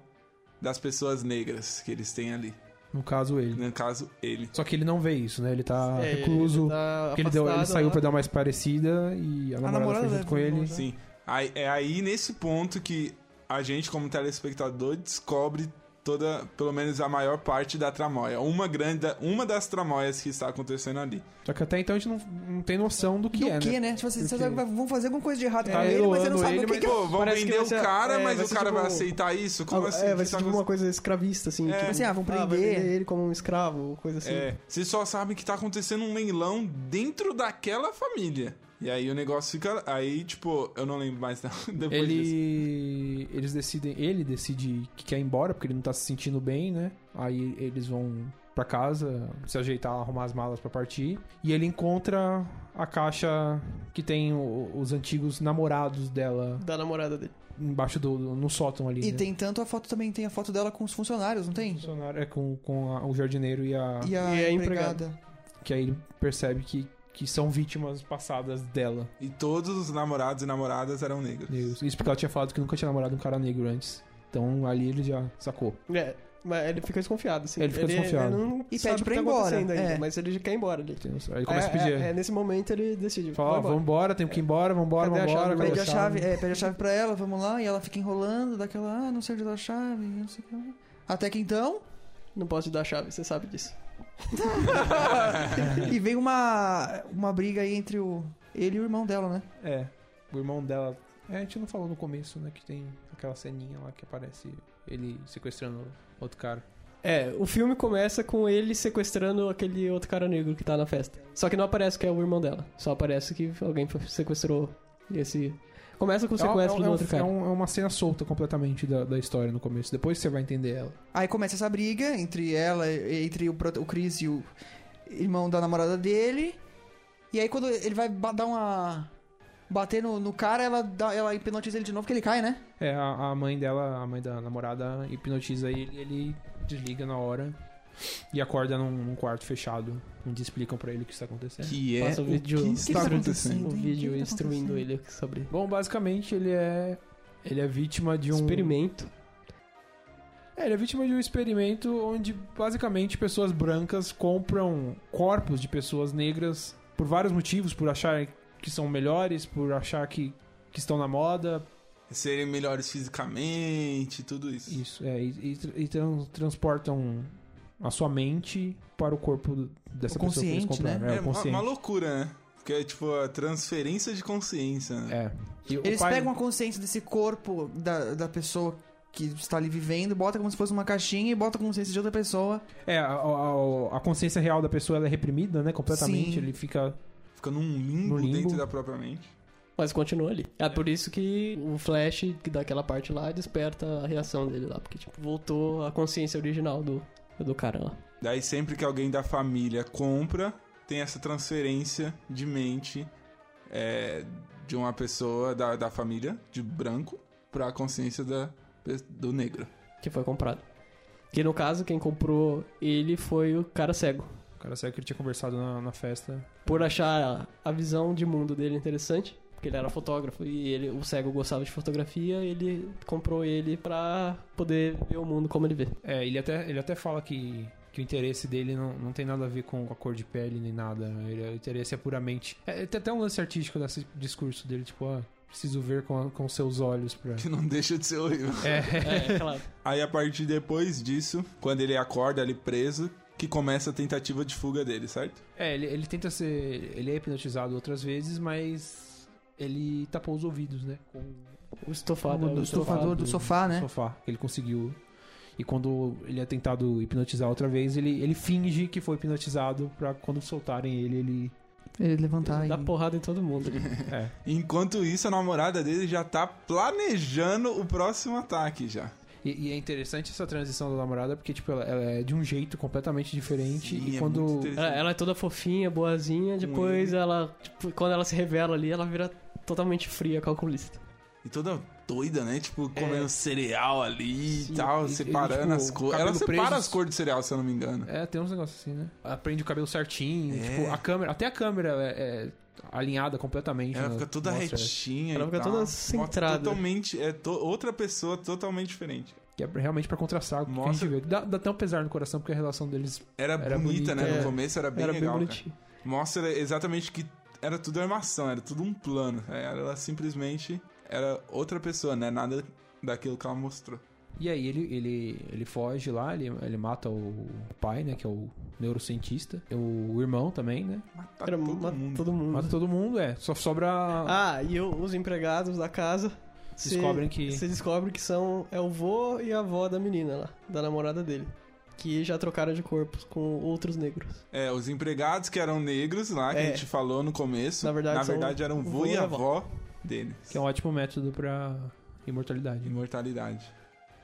Speaker 3: das pessoas negras que eles têm ali.
Speaker 4: No caso, ele.
Speaker 3: No caso, ele.
Speaker 4: Só que ele não vê isso, né? Ele tá
Speaker 5: É,
Speaker 4: recluso.
Speaker 5: tá
Speaker 4: porque ele, deu- ele
Speaker 5: afastado
Speaker 4: saiu
Speaker 5: lá.
Speaker 4: pra dar uma esparecida e a namorada,
Speaker 6: namorada
Speaker 4: foi junto
Speaker 6: leva
Speaker 4: com
Speaker 6: ele
Speaker 5: né?
Speaker 4: ele.
Speaker 6: embora.
Speaker 3: Sim. Aí, é aí nesse ponto que a gente, como telespectador, descobre toda, pelo menos a maior parte da tramóia. Uma grande, uma das tramóias que está acontecendo ali.
Speaker 4: Só que até então a gente não, não tem noção do que
Speaker 6: Do
Speaker 4: é,
Speaker 6: que,
Speaker 4: né?
Speaker 6: né? Tipo assim, você
Speaker 4: Porque-
Speaker 6: sabe que vai- vão fazer alguma coisa de errado com
Speaker 4: Tá
Speaker 6: ele, mas você não
Speaker 4: leiloando
Speaker 6: sabe
Speaker 4: ele,
Speaker 6: o que,
Speaker 4: mas-
Speaker 6: que é.
Speaker 3: Pô, vão
Speaker 5: Parece que
Speaker 3: vender
Speaker 5: vai
Speaker 3: o
Speaker 5: ser-
Speaker 3: cara,
Speaker 5: é,
Speaker 3: mas
Speaker 5: vai
Speaker 3: o
Speaker 5: ser
Speaker 3: cara
Speaker 5: tipo-
Speaker 3: vai aceitar isso? Como assim?
Speaker 5: é,
Speaker 3: O que
Speaker 5: vai
Speaker 3: tá
Speaker 5: ser tipo
Speaker 3: acontecendo?
Speaker 5: uma coisa escravista, assim.
Speaker 3: É.
Speaker 5: tipo,
Speaker 6: Assim, ah, vão
Speaker 5: vai
Speaker 6: prender.
Speaker 5: vender ele como um escravo, coisa assim.
Speaker 3: É, vocês só sabem que tá acontecendo um leilão dentro daquela família. E aí o negócio fica. Aí, tipo, eu não lembro mais não, depois disso.
Speaker 4: Ele. Eles decidem. Ele decide que quer ir embora, porque ele não tá se sentindo bem, né? Aí eles vão pra casa, se ajeitar, arrumar as malas pra partir. E ele encontra a caixa que tem o- os antigos namorados dela
Speaker 5: Da namorada dele.
Speaker 4: embaixo do. no sótão ali.
Speaker 6: E
Speaker 4: né?
Speaker 6: tem tanto a foto também, tem a foto dela com os funcionários, não tem?
Speaker 4: funcionário é com, com a- o jardineiro Ah. e a.
Speaker 6: E a,
Speaker 5: E a empregada.
Speaker 6: empregada.
Speaker 4: Que aí ele percebe que, que são vítimas passadas dela.
Speaker 3: E todos os namorados e namoradas eram negros.
Speaker 4: Deus. Isso porque ela tinha falado que nunca tinha namorado um cara negro antes. Então ali ele já sacou.
Speaker 5: É, mas ele fica desconfiado, assim.
Speaker 4: Ele fica desconfiado.
Speaker 5: ele não
Speaker 6: E
Speaker 5: sabe
Speaker 6: pede
Speaker 5: o que
Speaker 6: pra
Speaker 5: tá
Speaker 6: ir embora,
Speaker 5: acontecendo Ainda,
Speaker 6: é.
Speaker 5: mas ele já quer ir embora ali.
Speaker 4: Entendeu? Aí ele começa a pedir.
Speaker 5: é, nesse momento ele decide.
Speaker 4: Fala, ó,
Speaker 5: vai embora.
Speaker 4: vambora, tem que ir embora, vambora,
Speaker 5: Cadê a
Speaker 4: vambora.
Speaker 5: chave?
Speaker 4: cadê
Speaker 6: Pede a
Speaker 5: Pega
Speaker 6: chave, é, pede a chave pra ela, vamos lá, e ela fica enrolando, daquela, ah, não sei onde tá a chave, não sei o que. lá. Até que então,
Speaker 5: Não posso te dar a chave, você sabe disso.
Speaker 6: e vem uma, uma briga aí entre o, ele e o irmão dela, né?
Speaker 4: É, o irmão dela. É, a gente não falou no começo, né? Que tem aquela ceninha lá que aparece ele sequestrando outro cara.
Speaker 5: É, o filme começa com ele sequestrando aquele outro cara negro que tá na festa. Só que não aparece que é o irmão dela. Só aparece que alguém sequestrou esse. Começa com o sequestro
Speaker 4: é, um-
Speaker 5: do
Speaker 4: é um-
Speaker 5: outro
Speaker 4: é
Speaker 5: cara.
Speaker 4: um- é uma cena solta completamente da, da história no começo. Depois você vai entender ela.
Speaker 6: Aí começa essa briga entre ela, entre o, prota- o Chris e o irmão da namorada dele. E aí quando ele vai ba- dar uma. bater no, no cara, ela, dá- ela hipnotiza ele de novo que ele cai, né?
Speaker 4: É, a, a mãe dela, a mãe da namorada, hipnotiza ele e ele desliga na hora e acorda num, num quarto fechado, onde explicam pra ele o que está acontecendo.
Speaker 3: Que é
Speaker 5: Passa
Speaker 3: o
Speaker 5: o vídeo-
Speaker 3: que
Speaker 5: um o que tá
Speaker 3: está
Speaker 5: que
Speaker 3: acontecendo.
Speaker 5: O
Speaker 6: Entendi,
Speaker 5: vídeo
Speaker 6: o que tá
Speaker 5: instruindo
Speaker 6: acontecendo?
Speaker 5: ele sobre
Speaker 4: Bom, basicamente ele é. Ele é vítima de um.
Speaker 5: experimento.
Speaker 4: É, ele é vítima de um experimento onde basicamente pessoas brancas compram corpos de pessoas negras por vários motivos, por achar que são melhores, por achar que, que estão na moda,
Speaker 3: Serem melhores fisicamente, tudo isso.
Speaker 4: isso, é, e, e tra- e tran- transportam a sua mente para o corpo do- dessa
Speaker 6: O
Speaker 4: pessoa que eles
Speaker 6: consciente, né?
Speaker 4: compraram.
Speaker 3: É,
Speaker 4: o
Speaker 3: uma,
Speaker 4: consciente.
Speaker 3: uma loucura, né? Porque é tipo a transferência de consciência, né?
Speaker 4: É. E o
Speaker 6: Eles
Speaker 4: pai-
Speaker 6: pegam a consciência desse corpo da, da pessoa que está ali vivendo, bota como se fosse uma caixinha e bota a consciência de outra pessoa.
Speaker 4: É, a, a- a consciência real da pessoa ela é reprimida, né? Completamente.
Speaker 6: Sim.
Speaker 4: Ele fica.
Speaker 3: Fica num limbo,
Speaker 4: É. No limbo.
Speaker 3: dentro da própria mente.
Speaker 5: Mas continua ali. É por isso que o Flash, que daquela parte lá, desperta a reação dele lá. Porque, tipo, voltou a consciência original do, do cara lá.
Speaker 3: Daí sempre que alguém da família compra, tem essa transferência de mente é, de uma pessoa da, da família, de branco, pra consciência da, pe- do negro.
Speaker 5: Que foi comprado. Que no caso, quem comprou ele foi o cara cego.
Speaker 4: O cara saiu que ele tinha conversado na, na festa.
Speaker 5: por achar a visão de mundo dele interessante, porque ele era fotógrafo e ele, o cego gostava de fotografia, ele comprou ele pra poder ver o mundo como ele vê.
Speaker 4: É, ele até, ele até fala que, que o interesse dele não, não tem nada a ver com a cor de pele nem nada. Ele- o interesse é puramente. É, tem até um lance artístico nesse discurso dele, tipo, ah, preciso ver com, a- com seus olhos pra.
Speaker 3: Que não deixa de ser horrível.
Speaker 5: É, claro.
Speaker 3: Aí a partir depois disso, quando ele acorda ali preso, que começa a tentativa de fuga dele, certo?
Speaker 4: É, ele, ele tenta ser. Ele é hipnotizado outras vezes, mas ele tapou os ouvidos, né? Com
Speaker 5: O estofado. é
Speaker 6: do
Speaker 5: o
Speaker 6: estofador do sofá,
Speaker 4: o
Speaker 6: né?
Speaker 4: sofá que ele conseguiu. E quando ele é tentado hipnotizar outra vez, ele, ele finge que foi hipnotizado pra quando soltarem ele, ele.
Speaker 6: Ele levantar
Speaker 5: Dá
Speaker 6: e...
Speaker 5: porrada em todo mundo. ali.
Speaker 4: É.
Speaker 3: Enquanto isso, a namorada dele já tá planejando o próximo ataque já.
Speaker 4: E, e é interessante essa transição da namorada, porque, tipo, ela, ela é de um jeito completamente diferente.
Speaker 3: Sim,
Speaker 4: e
Speaker 3: é muito
Speaker 4: quando.
Speaker 3: interessante.
Speaker 5: Ela, ela é toda fofinha, boazinha, depois ela, tipo, quando ela se revela ali, ela vira totalmente fria, calculista.
Speaker 3: E toda doida, né? Tipo, comendo cereal ali
Speaker 4: Sim,
Speaker 3: e tal,
Speaker 4: e- e,
Speaker 3: separando
Speaker 4: tipo,
Speaker 3: as cores.
Speaker 4: cabelo
Speaker 3: Ela separa
Speaker 4: preso.
Speaker 3: as cores do cereal, se eu não me engano.
Speaker 4: é, tem uns negócios assim, né? Ela prende o cabelo certinho,
Speaker 3: É.
Speaker 4: tipo, a câmera. Até a câmera é, é alinhada completamente.
Speaker 3: Ela
Speaker 4: né?
Speaker 3: fica toda
Speaker 4: Mostra-
Speaker 3: retinha
Speaker 5: Ela
Speaker 3: e
Speaker 5: fica
Speaker 3: tal.
Speaker 5: toda
Speaker 3: Mostra
Speaker 5: centrada.
Speaker 3: Totalmente, é to- outra pessoa totalmente diferente.
Speaker 4: Que é realmente pra contrastar o que a gente
Speaker 3: Mostra-
Speaker 4: vê. Dá, dá até um pesar no coração, porque a relação deles.
Speaker 3: Era,
Speaker 4: Era
Speaker 3: bonita,
Speaker 4: bonita,
Speaker 3: né?
Speaker 5: é.
Speaker 3: No começo era bem
Speaker 5: Era
Speaker 3: legal,
Speaker 5: bem
Speaker 3: cara.
Speaker 5: bonitinho.
Speaker 3: Mostra exatamente que era tudo armação, era tudo um plano. É, Ela simplesmente era outra pessoa, né? Nada daquilo que ela mostrou.
Speaker 4: E aí ele, ele, ele foge lá, ele, ele mata o pai, né? Que é o neurocientista. O, irmão também, né?
Speaker 3: Matar
Speaker 5: Era
Speaker 3: tá todo
Speaker 5: ma-
Speaker 3: mundo.
Speaker 5: todo mundo.
Speaker 4: Mata todo mundo, é. Só sobra.
Speaker 5: Ah, e o- os empregados da casa se-
Speaker 4: descobrem que.
Speaker 5: Você descobre que são é o vô e a avó da menina lá, da namorada dele. Que já trocaram de corpos com outros negros.
Speaker 3: É, os empregados que eram negros lá, que
Speaker 5: É.
Speaker 3: a gente falou no começo,
Speaker 5: Na verdade, são
Speaker 3: eram
Speaker 5: o
Speaker 3: vô e avó dele.
Speaker 4: Que é um ótimo método pra imortalidade. né?
Speaker 3: Imortalidade.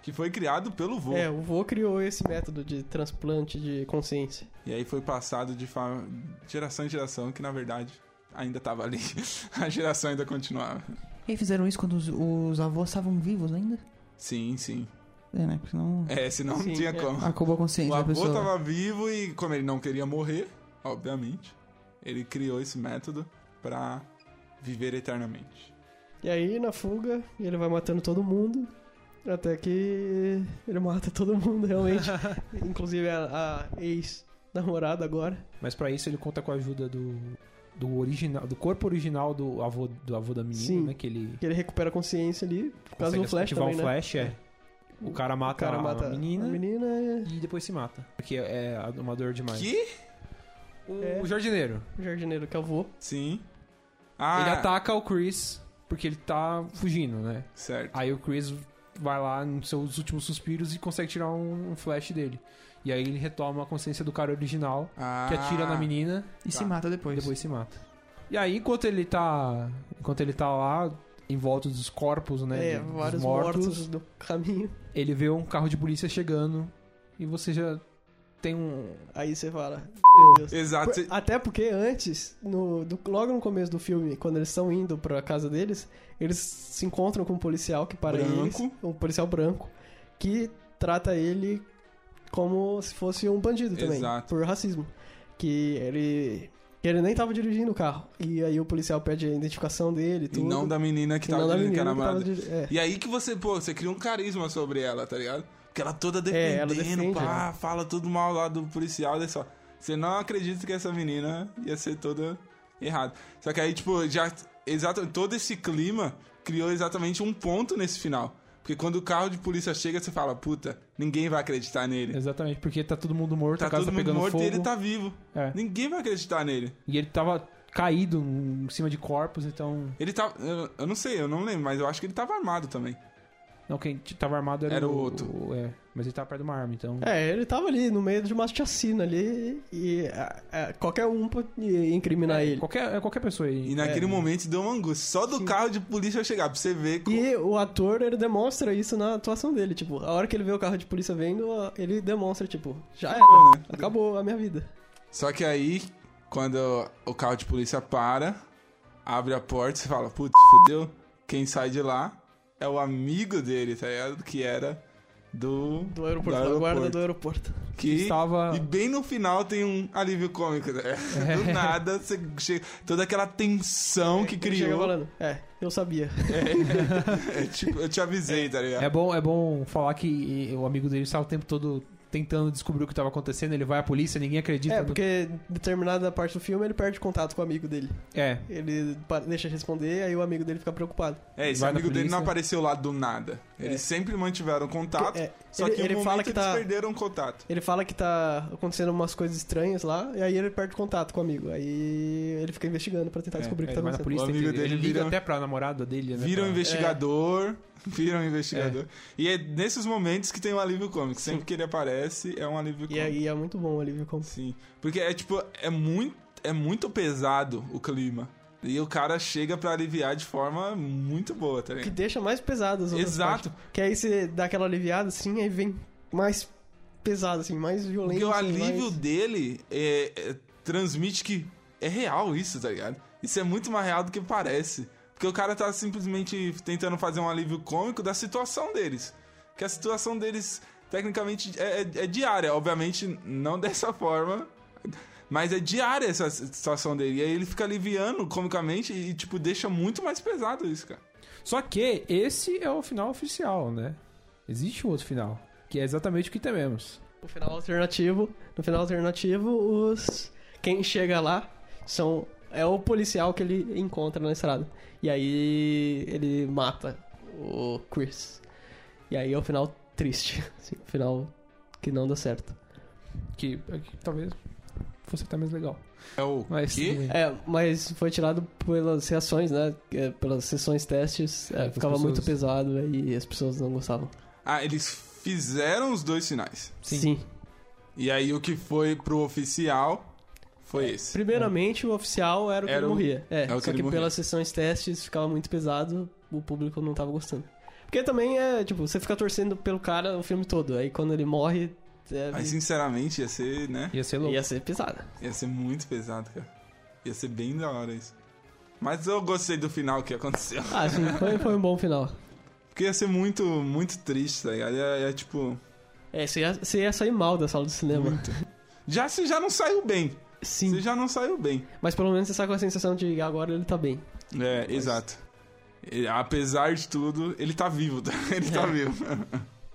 Speaker 3: Que foi criado pelo vô.
Speaker 5: É, o vô criou esse método de transplante de consciência.
Speaker 3: E aí foi passado de fa- geração em geração, que na verdade ainda tava ali. a geração ainda continuava.
Speaker 6: E fizeram isso quando os, os avós estavam vivos ainda?
Speaker 3: Sim, sim.
Speaker 6: É, né? Porque senão
Speaker 3: É, senão
Speaker 5: Sim,
Speaker 3: não tinha
Speaker 5: é.
Speaker 3: como.
Speaker 6: acabou a consciência
Speaker 3: O
Speaker 6: da
Speaker 3: avô
Speaker 6: pessoa.
Speaker 3: tava vivo e como ele não queria morrer, obviamente, ele criou esse método pra viver eternamente.
Speaker 5: E aí, na fuga, ele vai matando todo mundo. Até que ele mata todo mundo, realmente. Inclusive a, a ex-namorada agora.
Speaker 4: Mas pra isso ele conta com a ajuda do. Do original, do corpo original do avô, do avô da menina,
Speaker 5: Sim.
Speaker 4: né? Que ele
Speaker 5: Que ele recupera a consciência ali. Por causa do
Speaker 4: consegue
Speaker 5: flash
Speaker 4: ativar
Speaker 5: também,
Speaker 4: o
Speaker 5: né?
Speaker 4: flash, é. O cara
Speaker 5: O
Speaker 4: mata,
Speaker 5: cara mata
Speaker 4: a menina
Speaker 5: A menina é,
Speaker 4: e depois se mata. Porque é uma dor demais.
Speaker 3: Que?
Speaker 4: O
Speaker 5: É.
Speaker 4: o jardineiro.
Speaker 5: é o jardineiro que é o vô.
Speaker 3: Sim. Ah,
Speaker 4: Ele ataca o Chris porque ele tá fugindo, né?
Speaker 3: certo.
Speaker 4: Aí o Chris vai lá nos seus últimos suspiros e consegue tirar um, um flash dele. E aí ele retoma a consciência do cara original,
Speaker 3: Ah,
Speaker 4: que atira na menina
Speaker 6: E se mata
Speaker 4: e
Speaker 6: depois.
Speaker 4: depois se mata. E aí, enquanto ele tá. Enquanto ele tá lá, em volta dos corpos, né?
Speaker 5: é,
Speaker 4: dos
Speaker 5: vários mortos. do caminho.
Speaker 4: ele vê um carro de polícia chegando e você já tem um.
Speaker 5: Aí você fala, meu Deus.
Speaker 3: Exato.
Speaker 5: Por- Até porque antes, no, do- logo no começo do filme, quando eles estão indo pra casa deles, eles se encontram com um policial que para
Speaker 3: Branco.
Speaker 5: eles, um policial branco, que trata ele como se fosse um bandido também,
Speaker 3: Exato.
Speaker 5: por racismo. Que ele que ele nem tava dirigindo o carro. E aí o policial pede a identificação dele
Speaker 3: E
Speaker 5: tudo.
Speaker 3: não da menina que
Speaker 5: E não
Speaker 3: tava
Speaker 5: da
Speaker 3: dizendo que
Speaker 5: menina
Speaker 3: era
Speaker 5: que tava
Speaker 3: amada.
Speaker 5: diri- é.
Speaker 3: E aí que você, pô, você cria um carisma sobre ela, tá ligado? Porque ela toda
Speaker 5: É, ela
Speaker 3: defendendo,
Speaker 5: defende,
Speaker 3: pá, fala tudo mal lá do policial, olha só. Você não acredita que essa menina ia ser toda errada. Só que aí, tipo, já. Exato, todo esse clima criou exatamente um ponto nesse final. Porque quando o carro de polícia chega, você fala, puta, ninguém vai acreditar nele.
Speaker 4: Exatamente, porque tá todo mundo morto,
Speaker 3: Tá
Speaker 4: a casa
Speaker 3: todo
Speaker 4: tá
Speaker 3: mundo
Speaker 4: pegando
Speaker 3: morto
Speaker 4: fogo.
Speaker 3: e ele tá vivo.
Speaker 4: É.
Speaker 3: Ninguém vai acreditar nele.
Speaker 4: E ele tava caído em cima de corpos, então.
Speaker 3: Ele tá. Eu, eu não sei, eu não lembro, mas eu acho que ele tava armado também.
Speaker 4: Não, quem t- tava armado era,
Speaker 3: Era o outro.
Speaker 4: o- é, mas ele tava perto de uma arma, então.
Speaker 5: É, ele tava ali no meio de uma chacina ali e ah, ah, qualquer um podia incriminar ele.
Speaker 4: Qualquer, é, qualquer pessoa aí.
Speaker 3: E naquele
Speaker 5: É.
Speaker 3: momento deu uma angústia. Só do carro de polícia chegar, pra você ver como.
Speaker 5: E o ator, ele demonstra isso na atuação dele, tipo, a hora que ele vê o carro de polícia vindo, ele demonstra, tipo, já era,
Speaker 3: Acabou, né?
Speaker 5: acabou a minha vida.
Speaker 3: Só que aí, quando o carro de polícia para, abre a porta, você fala, putz, fudeu. Quem sai de lá é o amigo dele, tá ligado? Que era do.
Speaker 5: Do aeroporto,
Speaker 3: do
Speaker 5: da guarda do aeroporto.
Speaker 3: Que
Speaker 4: Estava-
Speaker 3: E bem no final tem um alívio cômico, né?
Speaker 5: É.
Speaker 3: Do nada, você chega. Toda aquela tensão que
Speaker 5: Ele chega
Speaker 3: criou.
Speaker 5: falando, é, eu sabia.
Speaker 3: É, tipo, eu te avisei, tá ligado?
Speaker 4: É bom, é bom falar que e, o amigo dele estava o tempo todo tentando descobrir o que tava acontecendo, ele vai à polícia, ninguém acredita.
Speaker 5: É,
Speaker 4: no-
Speaker 5: porque determinada parte do filme ele perde contato com o amigo dele.
Speaker 4: É.
Speaker 5: Ele pa- deixa responder, aí o amigo dele fica preocupado.
Speaker 3: É, esse
Speaker 4: Vai na
Speaker 3: amigo dele
Speaker 4: polícia.
Speaker 3: não apareceu lá do nada. Eles sempre mantiveram contato.
Speaker 5: É,
Speaker 3: Só
Speaker 5: ele-
Speaker 3: que
Speaker 5: ele
Speaker 3: um
Speaker 5: fala
Speaker 3: momento
Speaker 5: que tá-
Speaker 3: eles perderam o contato.
Speaker 5: Ele fala que tá acontecendo umas coisas estranhas lá, e aí ele perde contato com o amigo. Aí ele fica investigando pra tentar
Speaker 3: É,
Speaker 5: descobrir o
Speaker 4: É,
Speaker 5: que tá
Speaker 4: ele vai na
Speaker 5: acontecendo.
Speaker 4: polícia,
Speaker 3: O
Speaker 4: tem que-
Speaker 3: amigo
Speaker 4: ele
Speaker 3: dele
Speaker 4: liga
Speaker 3: vira-
Speaker 4: até pra namorada
Speaker 5: É
Speaker 4: dele, né?
Speaker 3: Vira um
Speaker 4: pra-
Speaker 3: investigador, vira um investigador. E é nesses momentos que tem o alívio cômico. Sempre que ele aparece, é um alívio
Speaker 5: E
Speaker 3: cômico.
Speaker 5: aí é muito bom o alívio cômico.
Speaker 3: Sim. Porque é tipo, é muito, é muito pesado o clima. E o cara chega pra aliviar de forma muito boa, tá
Speaker 5: que
Speaker 3: ligado?
Speaker 5: deixa mais pesadas as outras
Speaker 3: Exato.
Speaker 5: partes. Que aí você dá aquela aliviada assim, aí vem mais pesado, assim, mais violento.
Speaker 3: Porque o
Speaker 5: assim,
Speaker 3: alívio
Speaker 5: mais-
Speaker 3: dele é- é- transmite que é real isso, tá ligado? Isso é muito mais real do que parece. Porque o cara tá simplesmente tentando fazer um alívio cômico da situação deles. Que a situação deles, tecnicamente, é, é- é diária. Obviamente, não dessa forma. Mas é diária essa situação dele. E aí ele fica aliviando comicamente e, tipo, deixa muito mais pesado isso, cara.
Speaker 4: Só que esse é o final oficial, né? Existe um outro final, que é exatamente o que tememos.
Speaker 5: No final alternativo, no final alternativo, os... Quem chega lá são é o policial que ele encontra na estrada. E aí ele mata o Chris. E aí é o final triste. Assim, o final que não dá certo.
Speaker 4: Que, é que talvez fosse até mais legal.
Speaker 3: É o
Speaker 4: Mas
Speaker 3: quê?
Speaker 4: tudo bem.
Speaker 5: É, mas foi tirado pelas reações, né? É, Pelas sessões testes. é,
Speaker 4: É, das
Speaker 5: ficava muito
Speaker 4: pessoas.
Speaker 5: pesado né? e as pessoas não gostavam.
Speaker 3: Ah, eles fizeram os dois finais.
Speaker 4: Sim.
Speaker 3: E aí o que foi pro oficial
Speaker 5: É,
Speaker 3: foi esse.
Speaker 5: Primeiramente, o oficial era o que
Speaker 3: Era
Speaker 5: ele
Speaker 3: o-
Speaker 5: morria. É,
Speaker 3: era o que
Speaker 5: só
Speaker 3: ele
Speaker 5: que
Speaker 3: morria.
Speaker 5: pelas sessões testes ficava muito pesado, o público não tava gostando. Porque também é, tipo, você fica torcendo pelo cara o filme todo, aí quando ele morre, é,
Speaker 3: Mas sinceramente ia ser, né?
Speaker 4: Ia ser louco.
Speaker 5: ia ser pesado.
Speaker 3: Ia ser muito pesado, cara. Ia ser bem da hora isso. Mas eu gostei do final que aconteceu.
Speaker 5: Ah, sim, foi, foi um bom final.
Speaker 3: Porque ia ser muito, muito triste, tá ligado? Ia, ia, tipo.
Speaker 5: É, você ia, você ia sair mal da sala do cinema.
Speaker 3: Já se já não saiu bem.
Speaker 5: Sim,
Speaker 3: Você já não saiu bem.
Speaker 5: mas pelo menos você sai com a sensação de agora ele tá bem.
Speaker 3: É, exato. E, apesar de tudo, ele tá vivo, tá? Ele tá
Speaker 5: É.
Speaker 3: vivo.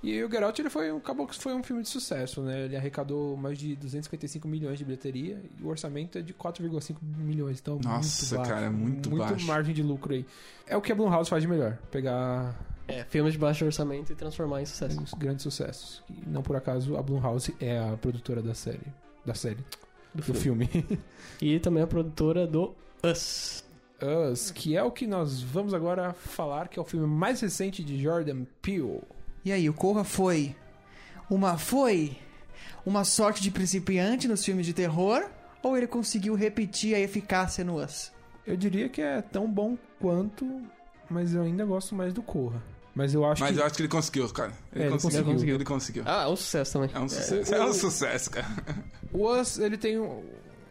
Speaker 4: E o Geralt ele foi um, acabou que foi um filme de sucesso, né? Ele arrecadou mais de 255 milhões de bilheteria e o orçamento é de 4,5 milhões, então
Speaker 3: Nossa,
Speaker 4: muito baixo,
Speaker 3: cara, é muito baixo.
Speaker 4: margem de lucro aí. É o que a Blumhouse faz de melhor, pegar
Speaker 5: É, filmes de baixo orçamento e transformar em sucesso.
Speaker 4: os grandes sucessos. E não por acaso a Blumhouse é a produtora da série, da série,
Speaker 5: Do
Speaker 4: do
Speaker 5: filme.
Speaker 4: filme.
Speaker 5: E também a produtora do Us.
Speaker 4: Us, que é o que nós vamos agora falar, que é o filme mais recente de Jordan Peele.
Speaker 6: E aí, o Corra foi uma foi uma sorte de principiante nos filmes de terror ou ele conseguiu repetir a eficácia no Us?
Speaker 4: Eu diria que é tão bom quanto, mas eu ainda gosto mais do Corra. Mas eu acho
Speaker 3: Mas
Speaker 4: que
Speaker 3: eu acho que ele conseguiu, cara. Ele,
Speaker 4: É, ele
Speaker 3: conseguiu,
Speaker 4: conseguiu.
Speaker 3: Ele conseguiu.
Speaker 5: Ah, é um sucesso também.
Speaker 3: É um sucesso. É um sucesso, cara.
Speaker 4: O Us, ele tem um.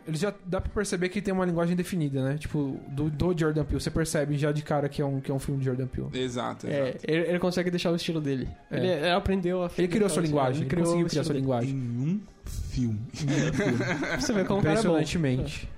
Speaker 4: Ele já dá pra perceber que tem uma linguagem definida, né? Tipo, do, do Jordan Peele. Você percebe já de cara que é um, que é um filme de Jordan Peele.
Speaker 3: Exato,
Speaker 5: É,
Speaker 3: exato.
Speaker 5: ele, ele consegue deixar o estilo dele.
Speaker 4: É.
Speaker 5: Ele, ele aprendeu a
Speaker 4: Ele criou
Speaker 5: deixar
Speaker 4: sua
Speaker 5: o estilo-
Speaker 4: linguagem, ele
Speaker 5: criou
Speaker 4: conseguiu
Speaker 5: o
Speaker 4: criar
Speaker 5: estilo
Speaker 4: sua
Speaker 5: dele.
Speaker 4: linguagem.
Speaker 3: Em um filme.
Speaker 5: Você vê como o cara é bom.
Speaker 4: Impressionantemente.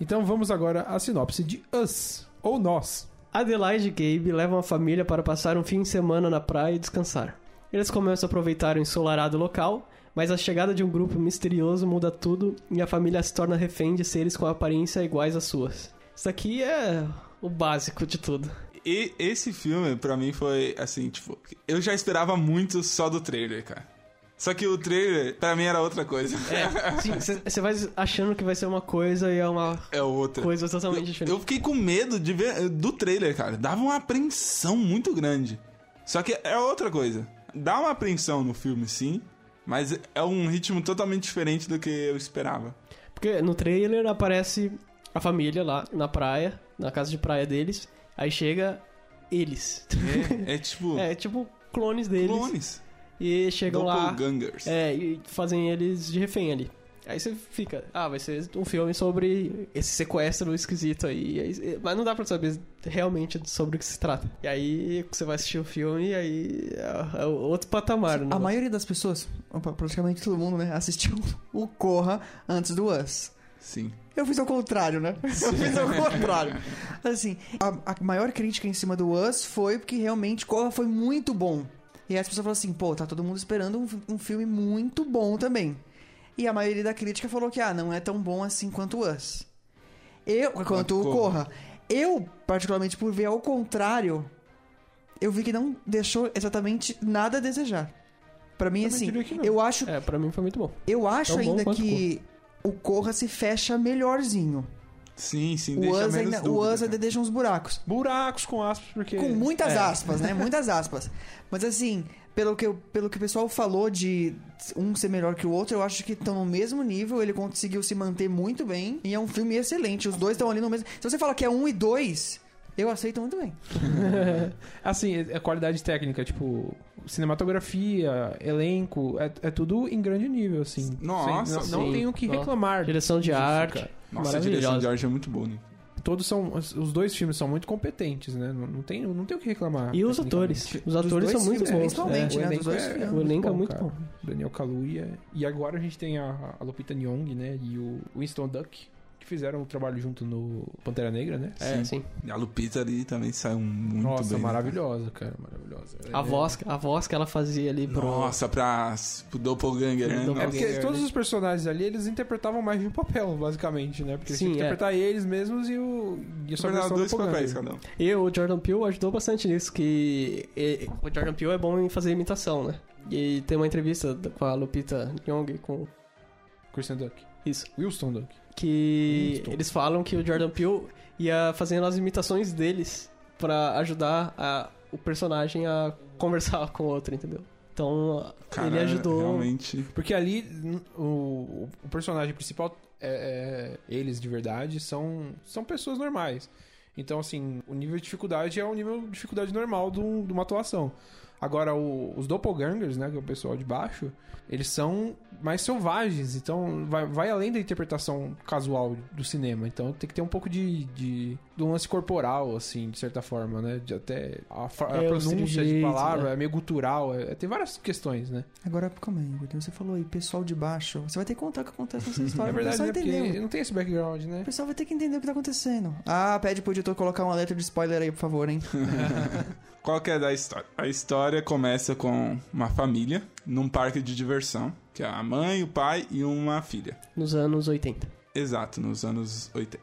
Speaker 4: Então vamos agora à sinopse de Us, ou Nós.
Speaker 5: Adelaide e Gabe levam a família para passar um fim de semana na praia e descansar. Eles começam a aproveitar o ensolarado local, mas a chegada de um grupo misterioso muda tudo e a família se torna refém de seres com aparência iguais às suas. Isso aqui é o básico de tudo.
Speaker 3: E esse filme, pra mim, foi assim, tipo, eu já esperava muito só do trailer, cara. Só que o trailer, pra mim, era outra coisa.
Speaker 5: É, sim, você vai achando que vai ser uma coisa e é uma
Speaker 3: É outra.
Speaker 5: coisa totalmente
Speaker 3: Eu, eu
Speaker 5: diferente.
Speaker 3: fiquei com medo de ver do trailer, cara. Dava uma apreensão muito grande. Só que é outra coisa. Dá uma apreensão no filme, sim. Mas é um ritmo totalmente diferente do que eu esperava.
Speaker 5: Porque no trailer aparece a família lá na praia, na casa de praia deles, aí chega eles.
Speaker 3: É tipo,
Speaker 5: É tipo clones deles.
Speaker 3: clones.
Speaker 5: E chegam lá.
Speaker 3: Doppelgangers.
Speaker 5: É, e fazem eles de refém ali. Aí você fica, ah, vai ser um filme sobre esse sequestro esquisito aí. E aí- Mas não dá pra saber realmente sobre o que se trata. E aí você vai assistir o filme e aí é, é outro patamar. né?
Speaker 6: A maioria das pessoas, opa, praticamente todo mundo, né, assistiu o Corra antes do Us.
Speaker 3: Sim.
Speaker 6: Eu fiz ao contrário, né? Eu fiz ao contrário. Assim, a, a maior crítica em cima do Us foi porque realmente Corra foi muito bom. E aí as pessoas falaram assim, pô, tá todo mundo esperando um, fi- um filme muito bom também. E a maioria da crítica falou que, ah, não é tão bom assim quanto o Us. Eu, quanto o
Speaker 3: Corra.
Speaker 6: Corra. Eu, particularmente, por ver ao contrário, eu vi que não deixou exatamente nada a desejar. Pra mim,
Speaker 4: Também
Speaker 6: assim,
Speaker 4: diria que não.
Speaker 6: eu acho
Speaker 5: É, pra mim foi muito bom.
Speaker 6: eu acho
Speaker 5: Tão bom
Speaker 6: ainda
Speaker 5: quanto
Speaker 6: que o Corra se fecha melhorzinho.
Speaker 3: Sim, sim.
Speaker 6: O
Speaker 3: assim, Deixa
Speaker 6: Us,
Speaker 3: menos
Speaker 6: ainda, o
Speaker 3: dúvida,
Speaker 6: Us
Speaker 3: cara.
Speaker 6: ainda deixa uns buracos.
Speaker 4: Buracos com aspas, porque.
Speaker 6: Com muitas
Speaker 4: É.
Speaker 6: aspas, né? Muitas aspas. Mas assim, pelo que, eu- pelo que o pessoal falou de um ser melhor que o outro, eu acho que estão no mesmo nível. Ele conseguiu se manter muito bem. E é um filme excelente. Os dois estão ali no mesmo. Se você fala que é um e dois, eu aceito muito bem.
Speaker 4: Assim, a qualidade técnica, tipo, cinematografia, elenco, é, é tudo em grande nível, assim.
Speaker 3: Nossa,
Speaker 4: Sem- não, não
Speaker 5: sim.
Speaker 4: tenho o que
Speaker 5: Nossa.
Speaker 4: reclamar.
Speaker 5: Direção de
Speaker 4: disso,
Speaker 5: arte.
Speaker 4: cara.
Speaker 3: Nossa, a direção de
Speaker 5: maravilhosa.
Speaker 3: arte é muito boa, né?
Speaker 4: Todos são. Os os dois filmes são muito competentes, né? Não, não tem, não tem o que reclamar.
Speaker 5: E os
Speaker 4: tecnicamente.
Speaker 5: atores. Os atores são
Speaker 6: dois
Speaker 5: muito
Speaker 6: filmes,
Speaker 5: bons.
Speaker 6: principalmente,
Speaker 5: é.
Speaker 6: né? Dos
Speaker 4: elenco
Speaker 6: dois
Speaker 4: é-
Speaker 6: filmes.
Speaker 5: O elenco é muito
Speaker 4: cara.
Speaker 5: bom.
Speaker 4: Daniel Kaluuya. E agora a gente tem a, a Lupita Nyong'o, né? E o Winston Duck, que fizeram o trabalho junto no Pantera Negra, né?
Speaker 5: É, sim.
Speaker 3: E a Lupita ali também saiu muito
Speaker 4: Nossa,
Speaker 3: bem. né?
Speaker 4: maravilhosa, cara, maravilhosa. É,
Speaker 5: A voz, a voz que ela fazia ali pro.
Speaker 3: Nossa, pra, pro Doppelganger, né?
Speaker 5: Pro
Speaker 4: É
Speaker 3: Nossa.
Speaker 4: porque todos os personagens ali, eles interpretavam mais de um papel, basicamente, né? Porque eles
Speaker 5: Sim,
Speaker 4: tinham que
Speaker 5: é.
Speaker 4: interpretar eles mesmos e o... E a sua
Speaker 3: Verdade,
Speaker 4: É versão
Speaker 3: dois
Speaker 4: do Paul
Speaker 3: papéis
Speaker 4: Gauguin.
Speaker 3: cada um.
Speaker 5: E o Jordan Peele ajudou bastante nisso, que e- o Jordan Peele é bom em fazer imitação, né? E tem uma entrevista d- com a Lupita Nyong'o com
Speaker 4: Christian Duck.
Speaker 5: isso,
Speaker 4: Wilson Duck.
Speaker 5: que
Speaker 4: Houston.
Speaker 5: eles falam que o Jordan Peele ia fazendo as imitações deles pra ajudar a- o personagem a conversar com o outro, entendeu? Então, ele
Speaker 3: Cara,
Speaker 5: ajudou.
Speaker 3: um. Realmente.
Speaker 4: Porque ali, n- o, o personagem principal, é- é- eles de verdade, são, são pessoas normais. Então, assim, o nível de dificuldade é o nível de dificuldade normal de, um- de uma atuação. Agora, o- os doppelgangers, né, que é o pessoal de baixo, eles são mais selvagens. Então, vai, vai além da interpretação casual do cinema. Então, tem que ter um pouco de, de, de um lance corporal, assim, de certa forma, né? De até a, fa- a
Speaker 5: É, o
Speaker 4: pronúncia de
Speaker 5: sujeito,
Speaker 4: palavra
Speaker 5: né?
Speaker 4: é meio gutural. é- tem várias questões, né?
Speaker 6: Agora, calma aí, Gordon. Você falou aí, pessoal de baixo. Você vai ter que contar o que acontece nessa história.
Speaker 4: É verdade,
Speaker 6: o pessoal
Speaker 4: né? Porque
Speaker 6: entendeu.
Speaker 4: não tem esse background,
Speaker 6: O
Speaker 4: né?
Speaker 6: pessoal vai ter que entender o que tá acontecendo. Ah, pede pro editor colocar uma letra de spoiler aí, por favor, hein?
Speaker 3: Qual que é da história? A história começa com uma família num parque de diversão, que é a mãe, o pai e uma filha.
Speaker 5: Nos anos 80.
Speaker 3: Exato, nos anos 80.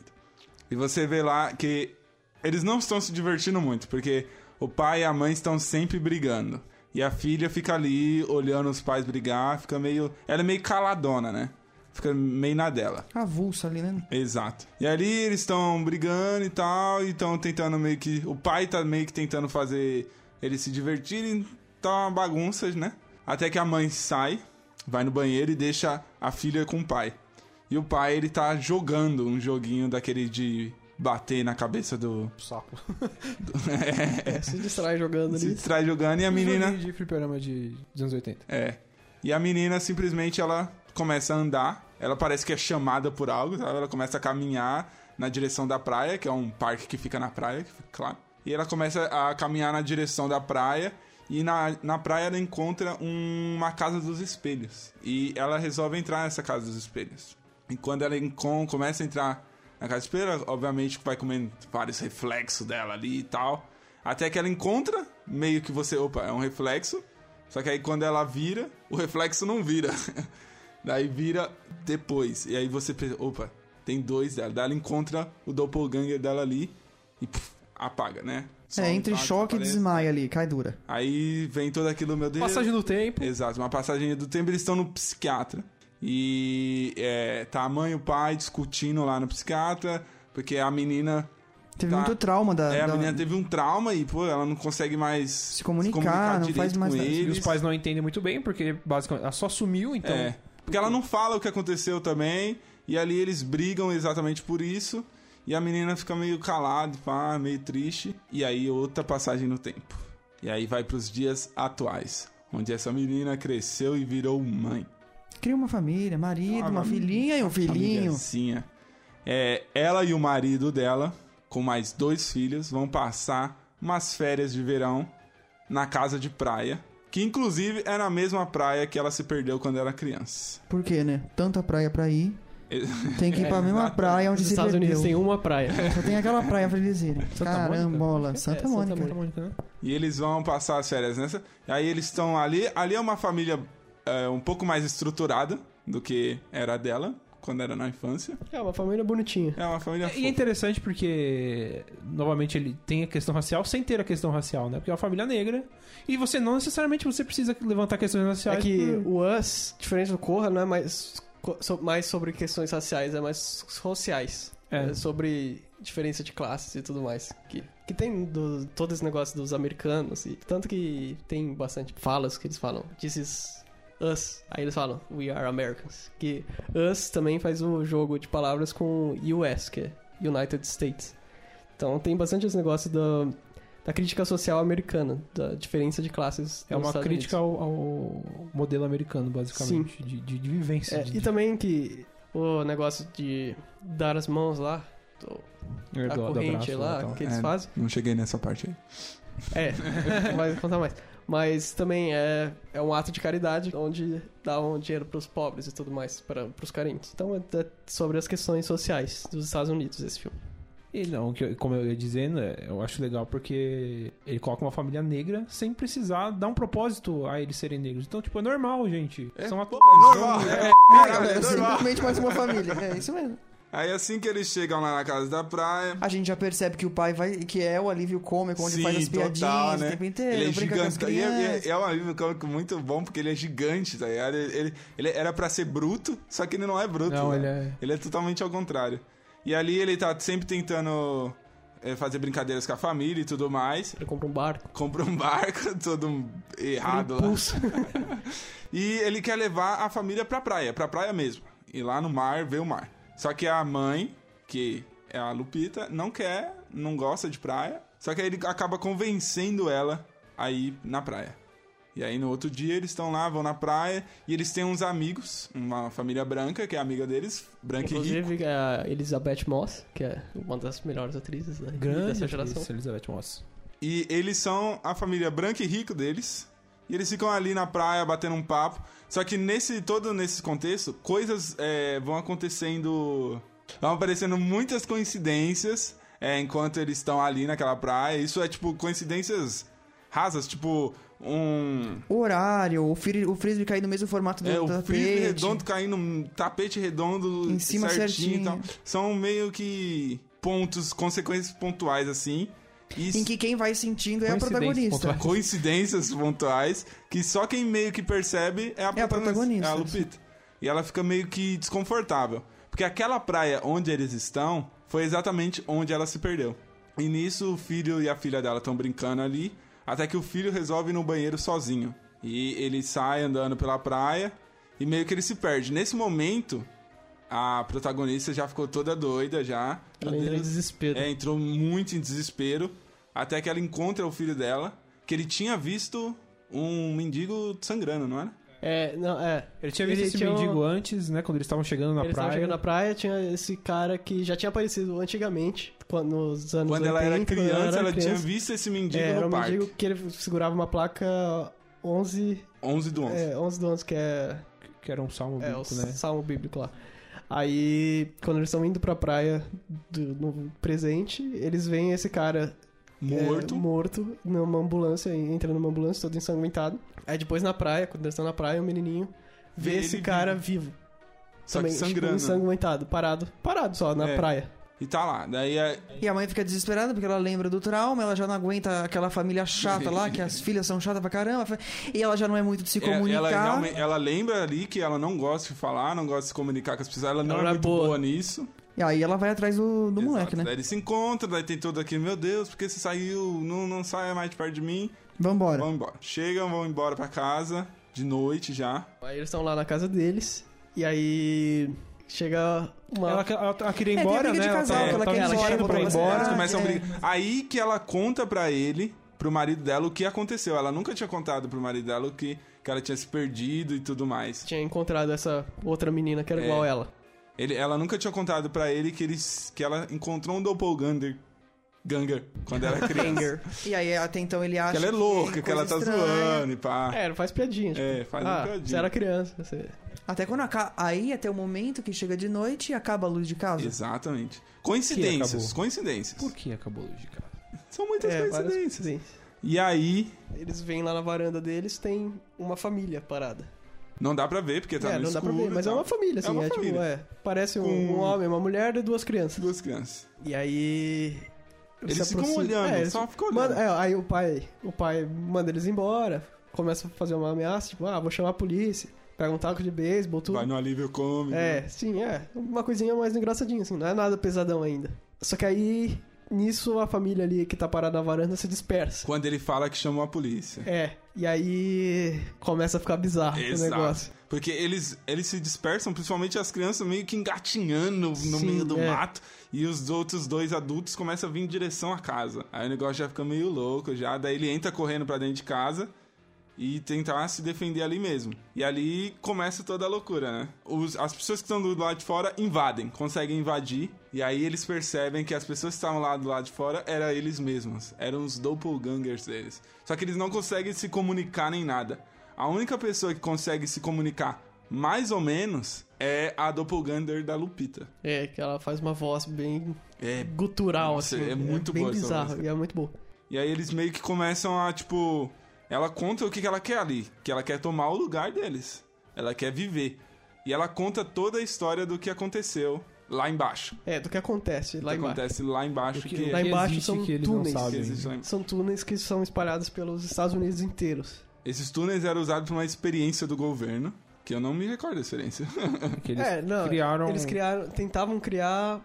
Speaker 3: E você vê lá que eles não estão se divertindo muito, porque o pai e a mãe estão sempre brigando. E a filha fica ali olhando os pais brigar, fica meio. Ela é meio caladona, né? Fica meio na dela.
Speaker 6: Avulso ali, né?
Speaker 3: Exato. E ali eles estão brigando e tal, e estão tentando meio que. O pai tá meio que tentando fazer eles se divertirem, tá uma bagunça, né? Até que a mãe sai, vai no banheiro e deixa a filha com o pai. E o pai, ele tá jogando um joguinho daquele de bater na cabeça do.
Speaker 4: Saco.
Speaker 5: Se distrai jogando
Speaker 3: Se
Speaker 5: ali.
Speaker 3: distrai jogando e a menina.
Speaker 4: De fliperama de dos anos 80.
Speaker 3: É. E a menina simplesmente ela começa a andar, ela parece que é chamada por algo, sabe? Ela começa a caminhar na direção da praia, que é um parque que fica na praia, que fica claro. E ela começa a caminhar na direção da praia e na, na praia ela encontra um- uma casa dos espelhos. E ela resolve entrar nessa casa dos espelhos. E quando ela encon- começa a entrar na casa dos espelhos, obviamente que vai comendo vários reflexos dela ali e tal. Até que ela encontra, meio que você, opa, é um reflexo. Só que aí quando ela vira, o reflexo não vira. Daí vira depois. E aí você pensa, opa, tem dois dela. Daí ela encontra o doppelganger dela ali e puf, apaga, né? Só um
Speaker 6: é, entre
Speaker 3: impacto,
Speaker 6: choque e
Speaker 3: aparece.
Speaker 6: desmaia ali, cai dura.
Speaker 3: Aí vem todo aquilo, meu Deus.
Speaker 4: Passagem no tempo.
Speaker 3: Exato, uma passagem do tempo, eles estão no psiquiatra. E é, tá a mãe e o pai discutindo lá no psiquiatra, porque a menina.
Speaker 6: Teve
Speaker 3: Tá.
Speaker 6: muito trauma da.
Speaker 3: é, a
Speaker 6: da-
Speaker 3: menina teve um trauma e, pô, ela não consegue mais se
Speaker 6: comunicar, não
Speaker 3: direito
Speaker 6: faz mais
Speaker 3: com
Speaker 6: nada. E
Speaker 4: E
Speaker 3: eles.
Speaker 4: os pais não entendem muito bem, porque basicamente ela só sumiu, então.
Speaker 3: É. Porque ela não fala o que aconteceu também. E ali eles brigam exatamente por isso. E a menina fica meio calada, pá, meio triste. E aí outra passagem no tempo. E aí vai pros dias atuais. Onde essa menina cresceu e virou mãe.
Speaker 6: Cria uma família, marido,
Speaker 3: Ah,
Speaker 6: uma
Speaker 3: uma-
Speaker 6: filhinha e um filhinho.
Speaker 3: Amigacinha. É, ela e o marido dela, com mais dois filhos, vão passar umas férias de verão na casa de praia. Que inclusive é na mesma praia que ela se perdeu quando era criança.
Speaker 6: Por quê, né? Tanta praia pra ir. Tem que ir pra mesma
Speaker 3: exato.
Speaker 6: praia onde
Speaker 5: Os
Speaker 6: se
Speaker 5: Estados Unidos
Speaker 6: perdeu.
Speaker 5: tem uma praia.
Speaker 6: Só tem aquela praia pra eles irem. Carambola. Santa,
Speaker 5: É, Santa
Speaker 6: Mônica.
Speaker 5: Mônica.
Speaker 4: né?
Speaker 3: E eles vão passar as férias nessa. E aí eles estão ali. Ali é uma família é, um pouco mais estruturada do que era a dela quando era na infância.
Speaker 5: É uma família bonitinha.
Speaker 3: É uma família
Speaker 4: E é
Speaker 3: fofa.
Speaker 4: interessante porque, novamente, ele tem a questão racial sem ter a questão racial, né? Porque é uma família negra. E você não necessariamente você precisa levantar questões
Speaker 5: É
Speaker 4: raciais.
Speaker 5: que
Speaker 4: por-
Speaker 5: o Us, diferente do Corra, não é mais, co- so- mais sobre questões raciais, é mais sociais.
Speaker 4: É.
Speaker 5: É sobre diferença de classes e tudo mais. Que, que tem do, todo esse negócio dos americanos. E, tanto que tem bastante falas que eles falam. This is us. Aí eles falam, we are Americans. Que us também faz o jogo de palavras com US, que é United States. Então tem bastante esse negócio da, da crítica social americana, da diferença de classes.
Speaker 4: É
Speaker 5: nos
Speaker 4: uma
Speaker 5: Estados Unidos.
Speaker 4: crítica ao, ao modelo americano, basicamente, de, de, de vivência.
Speaker 5: É,
Speaker 4: de-
Speaker 5: e também que o negócio de dar as mãos lá, do-
Speaker 4: do-
Speaker 5: a
Speaker 4: do
Speaker 5: corrente
Speaker 4: abraço, né,
Speaker 5: lá,
Speaker 4: tal.
Speaker 5: que eles
Speaker 3: É.
Speaker 5: fazem.
Speaker 3: Não cheguei nessa parte aí.
Speaker 5: É, vai contar mais. Mas também é, é um ato de caridade, onde davam dinheiro pros pobres e tudo mais, para pros carentes. Então é, é sobre as questões sociais dos Estados Unidos esse filme.
Speaker 4: E não, que eu- como eu ia dizendo, é, eu acho legal porque ele coloca uma família negra sem precisar dar um propósito a eles serem negros. Então, tipo, é normal, gente. São atores.
Speaker 3: É normal, é, caralho, é
Speaker 6: é
Speaker 3: normal.
Speaker 6: simplesmente mais uma família. É isso mesmo.
Speaker 3: Aí assim que eles chegam lá na casa da praia,
Speaker 6: A gente já percebe que o pai vai, que é o alívio cômico, onde faz as piadinhas o tempo inteiro,
Speaker 3: Ele é
Speaker 6: brinca com as
Speaker 3: gigante. E é,
Speaker 6: crianças.
Speaker 3: é, é um alívio cômico muito bom, porque ele é gigante, tá ligado? Ele, ele- ele era pra ser bruto, só que ele não é bruto.
Speaker 4: Não,
Speaker 3: né?
Speaker 4: ele é-
Speaker 3: Ele é totalmente ao contrário. E ali ele tá sempre tentando é, fazer brincadeiras com a família e tudo mais.
Speaker 5: Ele compra um barco.
Speaker 3: Compra um barco todo errado lá.
Speaker 5: Impulso.
Speaker 3: E ele quer levar a família pra praia, pra praia mesmo. E lá no mar, ver o mar. Só que a mãe, que é a Lupita, não quer, não gosta de praia. Só que aí ele acaba convencendo ela a ir na praia. E aí no outro dia eles estão lá, vão na praia e eles têm uns amigos, uma família branca que é amiga deles, branca e rica.
Speaker 5: Inclusive a Elizabeth Moss, que é uma das melhores atrizes da,
Speaker 4: Grande
Speaker 5: dessa geração.
Speaker 4: atriz, Elizabeth Moss.
Speaker 3: E eles são a família branca e rico deles. E eles ficam ali na praia batendo um papo. Só que nesse todo nesse contexto, coisas é, vão acontecendo. Vão aparecendo muitas coincidências é, enquanto eles estão ali naquela praia. Isso é tipo coincidências rasas, tipo um.
Speaker 6: O horário, o, fri o frisbee cair no mesmo formato do
Speaker 3: É, o
Speaker 6: tapete.
Speaker 3: frisbee redondo caindo, um tapete redondo
Speaker 6: Em cima
Speaker 3: certinho e tal.
Speaker 6: certinho.
Speaker 3: São meio que pontos, consequências pontuais assim. E
Speaker 6: Em que quem vai sentindo é a
Speaker 4: Coincidência,
Speaker 6: protagonista.
Speaker 4: pontuais.
Speaker 3: coincidências pontuais que só quem meio que percebe é a
Speaker 6: É a
Speaker 3: protagonista,
Speaker 6: protagonista.
Speaker 3: é a Lupita. E ela fica meio que desconfortável, porque aquela praia onde eles estão foi exatamente onde ela se perdeu. E nisso o filho e a filha dela estão brincando ali, até que o filho resolve ir no banheiro sozinho. E ele sai andando pela praia e meio que ele se perde. Nesse momento, a protagonista já ficou toda doida já.
Speaker 5: Ela entra em desespero.
Speaker 3: É, entrou muito em desespero. Até que ela encontra o filho dela, que ele tinha visto um mendigo sangrando, não era?
Speaker 5: É, não, é.
Speaker 4: Ele tinha visto esse
Speaker 5: tinha um-
Speaker 4: mendigo antes, né? Quando eles estavam chegando na
Speaker 5: Eles estavam
Speaker 4: praia.
Speaker 5: chegando na praia, tinha esse cara que já tinha aparecido antigamente, quando, nos anos
Speaker 3: Quando
Speaker 5: 80,
Speaker 3: ela era criança,
Speaker 5: quando
Speaker 3: ela tinha
Speaker 5: criança.
Speaker 3: visto esse mendigo
Speaker 5: É, era
Speaker 3: no
Speaker 5: um
Speaker 3: parque.
Speaker 5: mendigo que ele segurava uma placa 11,
Speaker 3: 11 do 11.
Speaker 5: é, 11 do 11, que é,
Speaker 4: Que era um salmo
Speaker 5: é o
Speaker 4: bíblico, né?
Speaker 5: salmo bíblico lá. Aí, quando eles estão indo pra praia do- no presente, eles veem esse cara é,
Speaker 3: Morto.
Speaker 5: morto numa ambulância, entra numa ambulância todo ensanguentado. Aí depois na praia, quando eles estão na praia, o menininho vê
Speaker 3: Vê
Speaker 5: esse
Speaker 3: ele
Speaker 5: cara vivo.
Speaker 3: Só
Speaker 5: também,
Speaker 3: que
Speaker 5: tipo,
Speaker 3: sangrando.
Speaker 5: ensanguentado, parado. Parado só na
Speaker 3: É.
Speaker 5: praia.
Speaker 3: E tá lá. Daí é-
Speaker 6: E a mãe fica desesperada porque ela lembra do trauma, ela já não aguenta aquela família chata lá, que as filhas são chatas pra caramba, e ela já não é muito de se
Speaker 3: é-
Speaker 6: comunicar.
Speaker 3: ela, realmente- ela lembra ali que ela não gosta de falar, não gosta de se comunicar com as pessoas. Ela não é muito boa, nisso.
Speaker 6: E aí ela vai atrás do, do moleque,
Speaker 3: Exato.
Speaker 6: né?
Speaker 3: Daí eles se encontram, daí tem todo aquele, meu Deus, porque você saiu? Não, não saia mais de perto de mim.
Speaker 6: Vambora.
Speaker 3: Vão embora. Chegam, vão embora pra casa, de noite já.
Speaker 5: Aí eles estão lá na casa deles, e aí chega uma...
Speaker 4: Ela, ela, ela queria
Speaker 6: É,
Speaker 4: ir
Speaker 6: tem
Speaker 4: embora,
Speaker 6: briga de
Speaker 4: né?
Speaker 6: casal,
Speaker 4: tava-
Speaker 6: que ela
Speaker 4: tava
Speaker 6: quer ir embora,
Speaker 4: mexendo pra ir
Speaker 6: voltou pra
Speaker 4: embora.
Speaker 3: Elas
Speaker 6: Ah,
Speaker 3: começam a
Speaker 6: é.
Speaker 3: brigar. Aí que ela conta pra ele, pro marido dela, o que aconteceu. Ela nunca tinha contado pro marido dela o que, que ela tinha se perdido e tudo mais.
Speaker 5: Tinha encontrado essa outra menina que era
Speaker 3: É.
Speaker 5: igual a ela.
Speaker 3: Ele, ela nunca tinha contado pra ele que, eles, que ela encontrou um doppelganger ganger, quando era criança.
Speaker 6: E aí até então ele acha
Speaker 3: que ela é louca, que ela tá
Speaker 6: coisa estranha.
Speaker 3: zoando e pá.
Speaker 5: É, faz piadinha. Tipo,
Speaker 3: Ah. É, faz
Speaker 5: ah,
Speaker 3: um piadinho.
Speaker 5: você era criança. Você...
Speaker 6: Até quando aca- aí até o momento que chega de noite e acaba a luz de casa.
Speaker 3: Exatamente.
Speaker 4: Que acabou.
Speaker 3: Coincidências, coincidências.
Speaker 4: Por que acabou a luz de casa?
Speaker 3: São muitas
Speaker 5: É, várias
Speaker 3: coincidências.
Speaker 5: coincidências.
Speaker 3: E aí,
Speaker 5: Eles vêm lá na varanda deles, tem uma família parada.
Speaker 3: não dá pra ver, porque tá
Speaker 5: é,
Speaker 3: no
Speaker 5: não dá
Speaker 3: escuro.
Speaker 5: pra ver,
Speaker 3: e
Speaker 5: mas é
Speaker 3: tal.
Speaker 5: uma família, assim.
Speaker 3: É
Speaker 5: É,
Speaker 3: uma
Speaker 5: tipo,
Speaker 3: família.
Speaker 5: é, parece um,
Speaker 3: Com-
Speaker 5: um homem, uma mulher e duas crianças.
Speaker 3: Duas crianças.
Speaker 5: E aí.
Speaker 3: Eles
Speaker 5: se
Speaker 3: ficam
Speaker 5: aproximam-
Speaker 3: olhando,
Speaker 5: eles
Speaker 3: só ficam
Speaker 5: manda-
Speaker 3: olhando.
Speaker 5: é, aí o pai, o pai manda eles embora, começa a fazer uma ameaça, tipo, ah, vou chamar a polícia, pega um taco de beisebol, tudo.
Speaker 3: Vai no né? alívio cômico.
Speaker 5: É, sim, é. Uma coisinha mais engraçadinha, assim, não é nada pesadão ainda. Só que aí, nisso, a família ali que tá parada na varanda se dispersa.
Speaker 3: Quando ele fala que chamou a polícia.
Speaker 5: É, e aí começa a ficar bizarro o Ah, negócio.
Speaker 3: Porque eles, eles se dispersam, principalmente as crianças meio que engatinhando no
Speaker 5: Sim,
Speaker 3: meio do
Speaker 5: é.
Speaker 3: mato. E os outros dois adultos começam a vir em direção à casa. Aí o negócio já fica meio louco já. Daí ele entra correndo pra dentro de casa. e tentar se defender ali mesmo. E ali começa toda a loucura, né? Os- as pessoas que estão do lado de fora invadem, conseguem invadir, e aí eles percebem que as pessoas que estavam lá do lado de fora eram eles mesmos, eram os doppelgangers deles. Só que eles não conseguem se comunicar nem nada. A única pessoa que consegue se comunicar mais ou menos é a doppelganger da Lupita.
Speaker 5: É, que ela faz uma voz bem
Speaker 3: É
Speaker 5: gutural,
Speaker 3: Nossa,
Speaker 5: assim.
Speaker 3: é muito
Speaker 5: bem
Speaker 3: boa essa
Speaker 5: bizarro,
Speaker 3: música.
Speaker 5: e é muito bom.
Speaker 3: E aí eles meio que começam a, tipo. Ela conta o que que ela quer ali. Que ela quer tomar o lugar deles. Ela quer viver. E ela conta toda a história do que aconteceu lá embaixo.
Speaker 5: É, do que acontece lá
Speaker 3: o que
Speaker 5: embaixo.
Speaker 3: acontece lá embaixo. Que,
Speaker 5: lá
Speaker 3: é-
Speaker 5: embaixo
Speaker 1: existe
Speaker 5: são
Speaker 1: que eles não
Speaker 5: túneis.
Speaker 3: que
Speaker 1: sabem.
Speaker 3: existe lá em-
Speaker 5: São túneis que são espalhados pelos Estados Unidos inteiros.
Speaker 3: Esses túneis eram usados para uma experiência do governo. Que eu não me recordo da experiência.
Speaker 1: Que eles
Speaker 5: é, não,
Speaker 1: criaram
Speaker 5: eles criaram, tentavam criar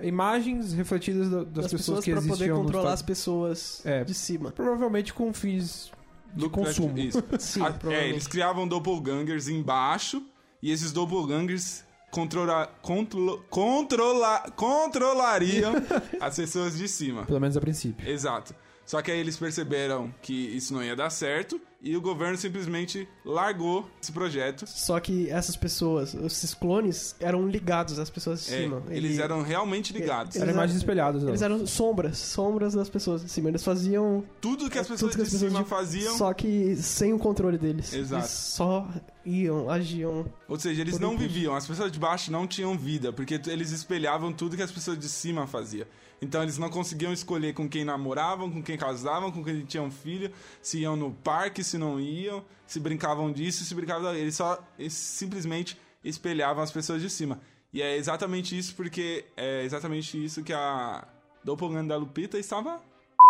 Speaker 4: Imagens refletidas da- das,
Speaker 5: as pessoas,
Speaker 4: que
Speaker 5: pra
Speaker 4: existiam
Speaker 5: poder
Speaker 4: nos
Speaker 5: controlar as
Speaker 4: Estados-
Speaker 5: pessoas
Speaker 4: É.
Speaker 5: de cima.
Speaker 4: Provavelmente com fins de consumo.
Speaker 3: Isso.
Speaker 5: Sim,
Speaker 3: Ah, é,
Speaker 5: provavelmente.
Speaker 3: eles criavam doppelgangers embaixo e esses doppelgangers controla, contro- controla- controlariam as pessoas de cima.
Speaker 4: Pelo menos a princípio.
Speaker 3: Exato. Só que aí eles perceberam que isso não ia dar certo e o governo simplesmente largou esse projeto.
Speaker 5: Só que essas pessoas, esses clones, eram ligados às pessoas de
Speaker 3: É,
Speaker 5: cima.
Speaker 3: eles
Speaker 5: Ele-
Speaker 3: eram realmente ligados.
Speaker 5: Eles
Speaker 4: Eram
Speaker 5: eram-
Speaker 4: imagens espelhadas. né?
Speaker 5: eles
Speaker 4: ó.
Speaker 5: eram sombras, sombras das pessoas de cima. Eles faziam
Speaker 3: Tudo que as
Speaker 5: é tudo
Speaker 3: pessoas
Speaker 5: que as
Speaker 3: de
Speaker 5: pessoas
Speaker 3: cima
Speaker 5: de-
Speaker 3: faziam,
Speaker 5: Só que sem o controle deles.
Speaker 3: Exato.
Speaker 5: Eles só iam, agiam.
Speaker 3: ou seja, eles
Speaker 5: Tudo
Speaker 3: não
Speaker 5: que-
Speaker 3: viviam, as pessoas de baixo não tinham vida, porque t- eles espelhavam tudo que as pessoas de cima faziam. Então eles não conseguiam escolher com quem namoravam, com quem casavam, com quem tinham filho, se iam no parque, se não iam, se brincavam disso, se brincavam daquilo. Eles só eles simplesmente espelhavam as pessoas de cima. E é exatamente isso porque é exatamente isso que a Doppelganger da Lupita estava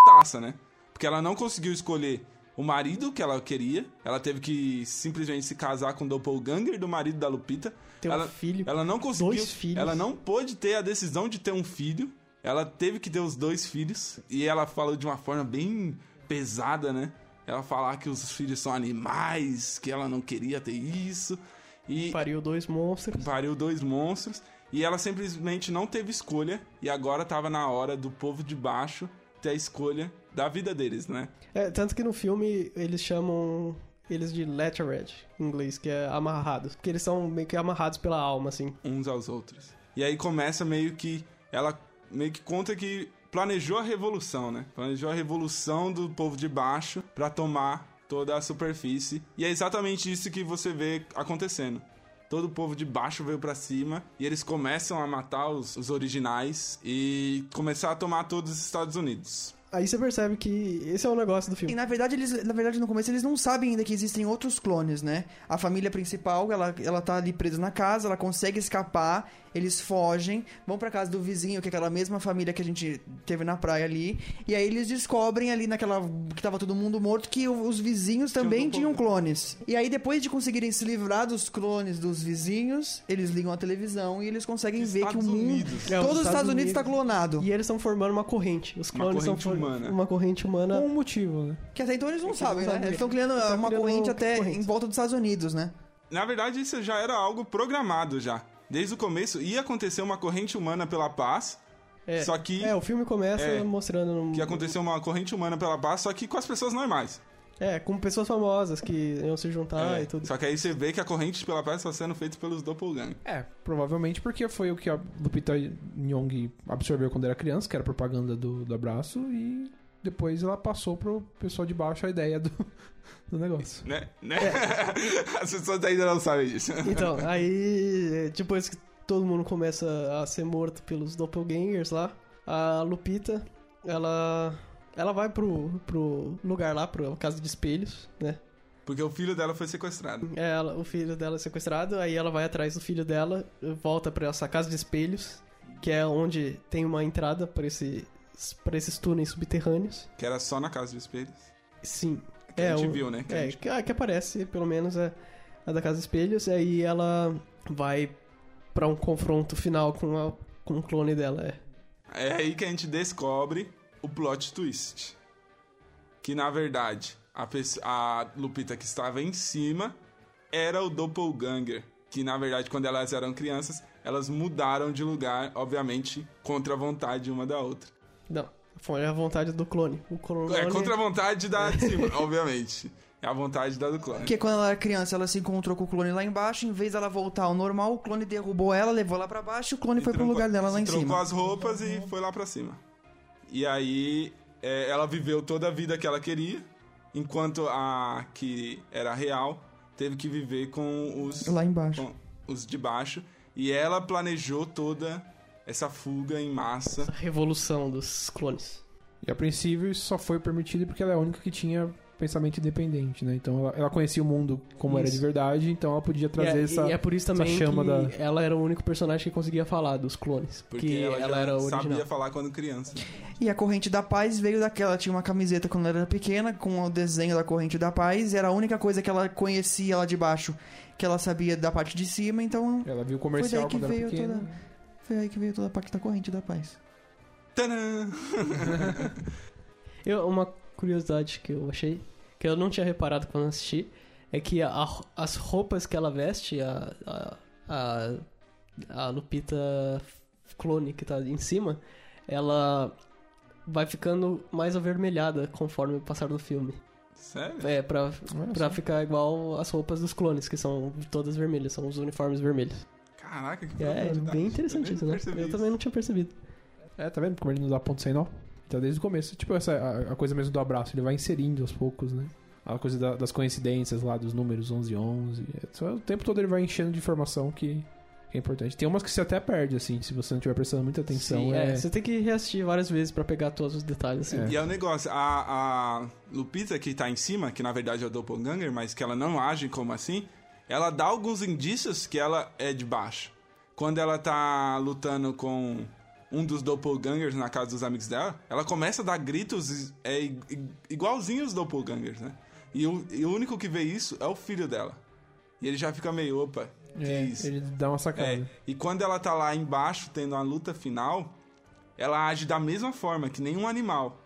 Speaker 3: taça, né? Porque ela não conseguiu escolher o marido que ela queria, ela teve que simplesmente se casar com o Doppelganger do marido da Lupita.
Speaker 5: Ter um
Speaker 3: ela,
Speaker 5: filho.
Speaker 3: ela não conseguiu.
Speaker 5: Dois filhos.
Speaker 3: Ela não pôde ter a decisão de ter um filho. Ela teve que ter os dois filhos. E ela falou de uma forma bem pesada, né? Ela falar que os filhos são animais, que ela não queria ter isso. E
Speaker 5: Pariu dois monstros.
Speaker 3: pariu dois monstros. E ela simplesmente não teve escolha. E agora tava na hora do povo de baixo ter a escolha da vida deles, né?
Speaker 5: É, tanto que no filme eles chamam eles de lettered, em inglês, que é amarrados. Porque eles são meio que amarrados pela alma, assim.
Speaker 3: uns aos outros. E aí começa meio que. Ela meio que conta que planejou a revolução, né? Planejou a revolução do povo de baixo pra tomar toda a superfície. E é exatamente isso que você vê acontecendo. Todo o povo de baixo veio pra cima e eles começam a matar os, os originais e começar a tomar todos os Estados Unidos.
Speaker 5: Aí você percebe que esse é o negócio do
Speaker 6: E
Speaker 5: filme.
Speaker 6: na verdade, eles, na verdade, no começo eles não sabem ainda que existem outros clones, né? A família principal, ela, ela tá ali presa na casa, ela consegue escapar, eles fogem, vão pra casa do vizinho, que é aquela mesma família que a gente teve na praia ali, e aí eles descobrem ali naquela que tava todo mundo morto que o- os vizinhos também
Speaker 3: Tinha um
Speaker 6: tinham clones. E aí depois de conseguirem se livrar dos clones dos vizinhos, eles ligam a televisão e eles conseguem ver que o
Speaker 3: Estados
Speaker 6: mundo,
Speaker 3: Unidos.
Speaker 5: É, os
Speaker 6: todo os Estados Unidos está clonado.
Speaker 5: E eles estão formando uma corrente. Os
Speaker 3: Uma
Speaker 5: clones
Speaker 3: corrente
Speaker 5: estão formando
Speaker 3: humana. Hum.
Speaker 5: uma corrente
Speaker 4: Com
Speaker 5: humana.
Speaker 4: um motivo, né?
Speaker 6: Que até então eles não
Speaker 5: Eles
Speaker 6: sabem,
Speaker 5: É não
Speaker 6: né?
Speaker 5: sabem.
Speaker 6: Eles estão criando
Speaker 5: Eles tão
Speaker 6: uma
Speaker 5: criando
Speaker 6: corrente até
Speaker 5: corrente.
Speaker 6: em volta dos Estados Unidos, né?
Speaker 3: Na verdade, isso já era algo programado já. Desde o começo ia acontecer uma corrente humana pela paz.
Speaker 5: É.
Speaker 3: Só que
Speaker 5: É, o filme começa
Speaker 3: É.
Speaker 5: mostrando um-
Speaker 3: que aconteceu uma corrente humana pela paz, só que com as pessoas normais.
Speaker 5: É, com pessoas famosas que iam se juntar
Speaker 3: É,
Speaker 5: Ah, e tudo.
Speaker 3: Só que aí você vê que a corrente pela paz está sendo feita pelos doppelganger.
Speaker 4: É, provavelmente porque foi o que a Lupita Nyong absorveu quando era criança, que era propaganda do, do abraço, e depois ela passou pro pessoal de baixo a ideia do, do negócio.
Speaker 3: Né? Né?
Speaker 5: É.
Speaker 3: As pessoas ainda não sabem disso.
Speaker 5: Então, aí, é, depois que todo mundo começa a ser morto pelos doppelgangers lá, a Lupita, ela ela vai pro, pro lugar lá, pro casa de espelhos, né?
Speaker 3: Porque o filho dela foi sequestrado.
Speaker 5: Ela, o filho dela é sequestrado, aí ela vai atrás do filho dela, volta pra essa casa de espelhos, que é onde tem uma entrada pra esse para esses túneis subterrâneos.
Speaker 3: Que era só na casa dos espelhos.
Speaker 5: Sim.
Speaker 3: Que
Speaker 5: é,
Speaker 3: a gente
Speaker 5: o-
Speaker 3: viu, né? Que a
Speaker 5: É,
Speaker 3: gente-
Speaker 5: que, a que aparece, pelo menos, é a da Casa dos Espelhos. E aí ela vai pra um confronto final com, a- com o clone dela. É.
Speaker 3: É aí que a gente descobre o plot twist. Que na verdade, a, pesso- a Lupita que estava em cima era o Doppelganger. Que na verdade, quando elas eram crianças, elas mudaram de lugar, obviamente, contra a vontade uma da outra.
Speaker 5: Não, foi a vontade do clone. O clone
Speaker 3: É, contra a vontade da de cima, obviamente. É a vontade da do clone.
Speaker 6: Porque quando ela era criança, ela se encontrou com o clone lá embaixo. Em vez dela voltar ao normal, o clone derrubou ela, levou ela pra baixo e o clone foi pro
Speaker 3: Trocou-
Speaker 6: lugar dela lá em
Speaker 3: trocou
Speaker 6: cima.
Speaker 3: as roupas e foi lá pra cima. E aí é, ela viveu toda a vida que ela queria, enquanto a que era real teve que viver com os
Speaker 6: Lá embaixo.
Speaker 3: com os de baixo. E ela planejou toda essa fuga em massa.
Speaker 5: A revolução dos clones.
Speaker 4: E a princípio isso só foi permitido porque ela é a única que tinha pensamento independente, né? Então ela, ela conhecia o mundo como era
Speaker 5: Isso.
Speaker 4: de verdade, então ela podia trazer
Speaker 5: e, é-
Speaker 4: essa.
Speaker 5: e é por isso
Speaker 4: essa
Speaker 5: também
Speaker 4: chama
Speaker 5: que
Speaker 4: da-
Speaker 5: ela era o único personagem que conseguia falar dos clones.
Speaker 3: Porque
Speaker 5: Porque
Speaker 3: ela,
Speaker 5: ela,
Speaker 3: já
Speaker 5: era o
Speaker 3: sabia
Speaker 5: original.
Speaker 3: falar quando criança.
Speaker 6: E a corrente da paz veio daquela. Ela tinha uma camiseta quando ela era pequena, com o desenho da corrente da paz. E era a única coisa que ela conhecia lá de baixo, que ela sabia da parte de cima. Então
Speaker 4: Ela viu o
Speaker 6: foi daí
Speaker 4: comercial
Speaker 6: que
Speaker 4: quando era
Speaker 6: veio
Speaker 4: pequena.
Speaker 6: toda. Foi aí que veio toda a parte da corrente da paz.
Speaker 3: Tadã!
Speaker 5: Eu- uma curiosidade que eu achei, que eu não tinha reparado quando assisti, é que a- a- as roupas que ela veste, a, a, a, a Lupita clone que tá em cima, ela vai ficando mais avermelhada conforme o passar do filme.
Speaker 3: Sério?
Speaker 5: É, pra,
Speaker 4: Olha
Speaker 5: pra
Speaker 4: só.
Speaker 5: ficar igual as roupas dos clones, que são todas vermelhas, são os uniformes vermelhos.
Speaker 3: Caraca, que
Speaker 5: É,
Speaker 3: profundidade.
Speaker 5: bem interessante
Speaker 3: Eu
Speaker 5: isso,
Speaker 3: nem
Speaker 5: né?
Speaker 3: percebi
Speaker 5: Eu
Speaker 3: isso.
Speaker 5: também não tinha percebido.
Speaker 4: É, tá vendo como ele não dá ponto sem nó? Então desde o começo, tipo essa a, a coisa mesmo do abraço, ele vai inserindo aos poucos, né? A coisa da- das coincidências lá, dos números 11 e 11. é, só o tempo todo ele vai enchendo de informação que, que é importante. Tem umas que você até perde, assim, se você não tiver prestando muita atenção.
Speaker 5: Sim,
Speaker 4: é,
Speaker 5: é, Você tem que reassistir várias vezes pra pegar todos os detalhes. assim.
Speaker 4: É.
Speaker 3: E é o negócio, a, a Lupita que tá em cima, que na verdade é o Doppelganger, mas que ela não age como assim, ela dá alguns indícios que ela é de baixo. Quando ela tá lutando com um dos Doppelgangers na casa dos amigos dela, ela começa a dar gritos é, i- i- igualzinho os Doppelgangers, né? E o, e o único que vê isso é o filho dela. E ele já fica meio, opa, que
Speaker 4: é,
Speaker 3: isso?
Speaker 4: ele dá uma sacada.
Speaker 3: É, e quando ela tá lá embaixo tendo a luta final, ela age da mesma forma que nenhum animal.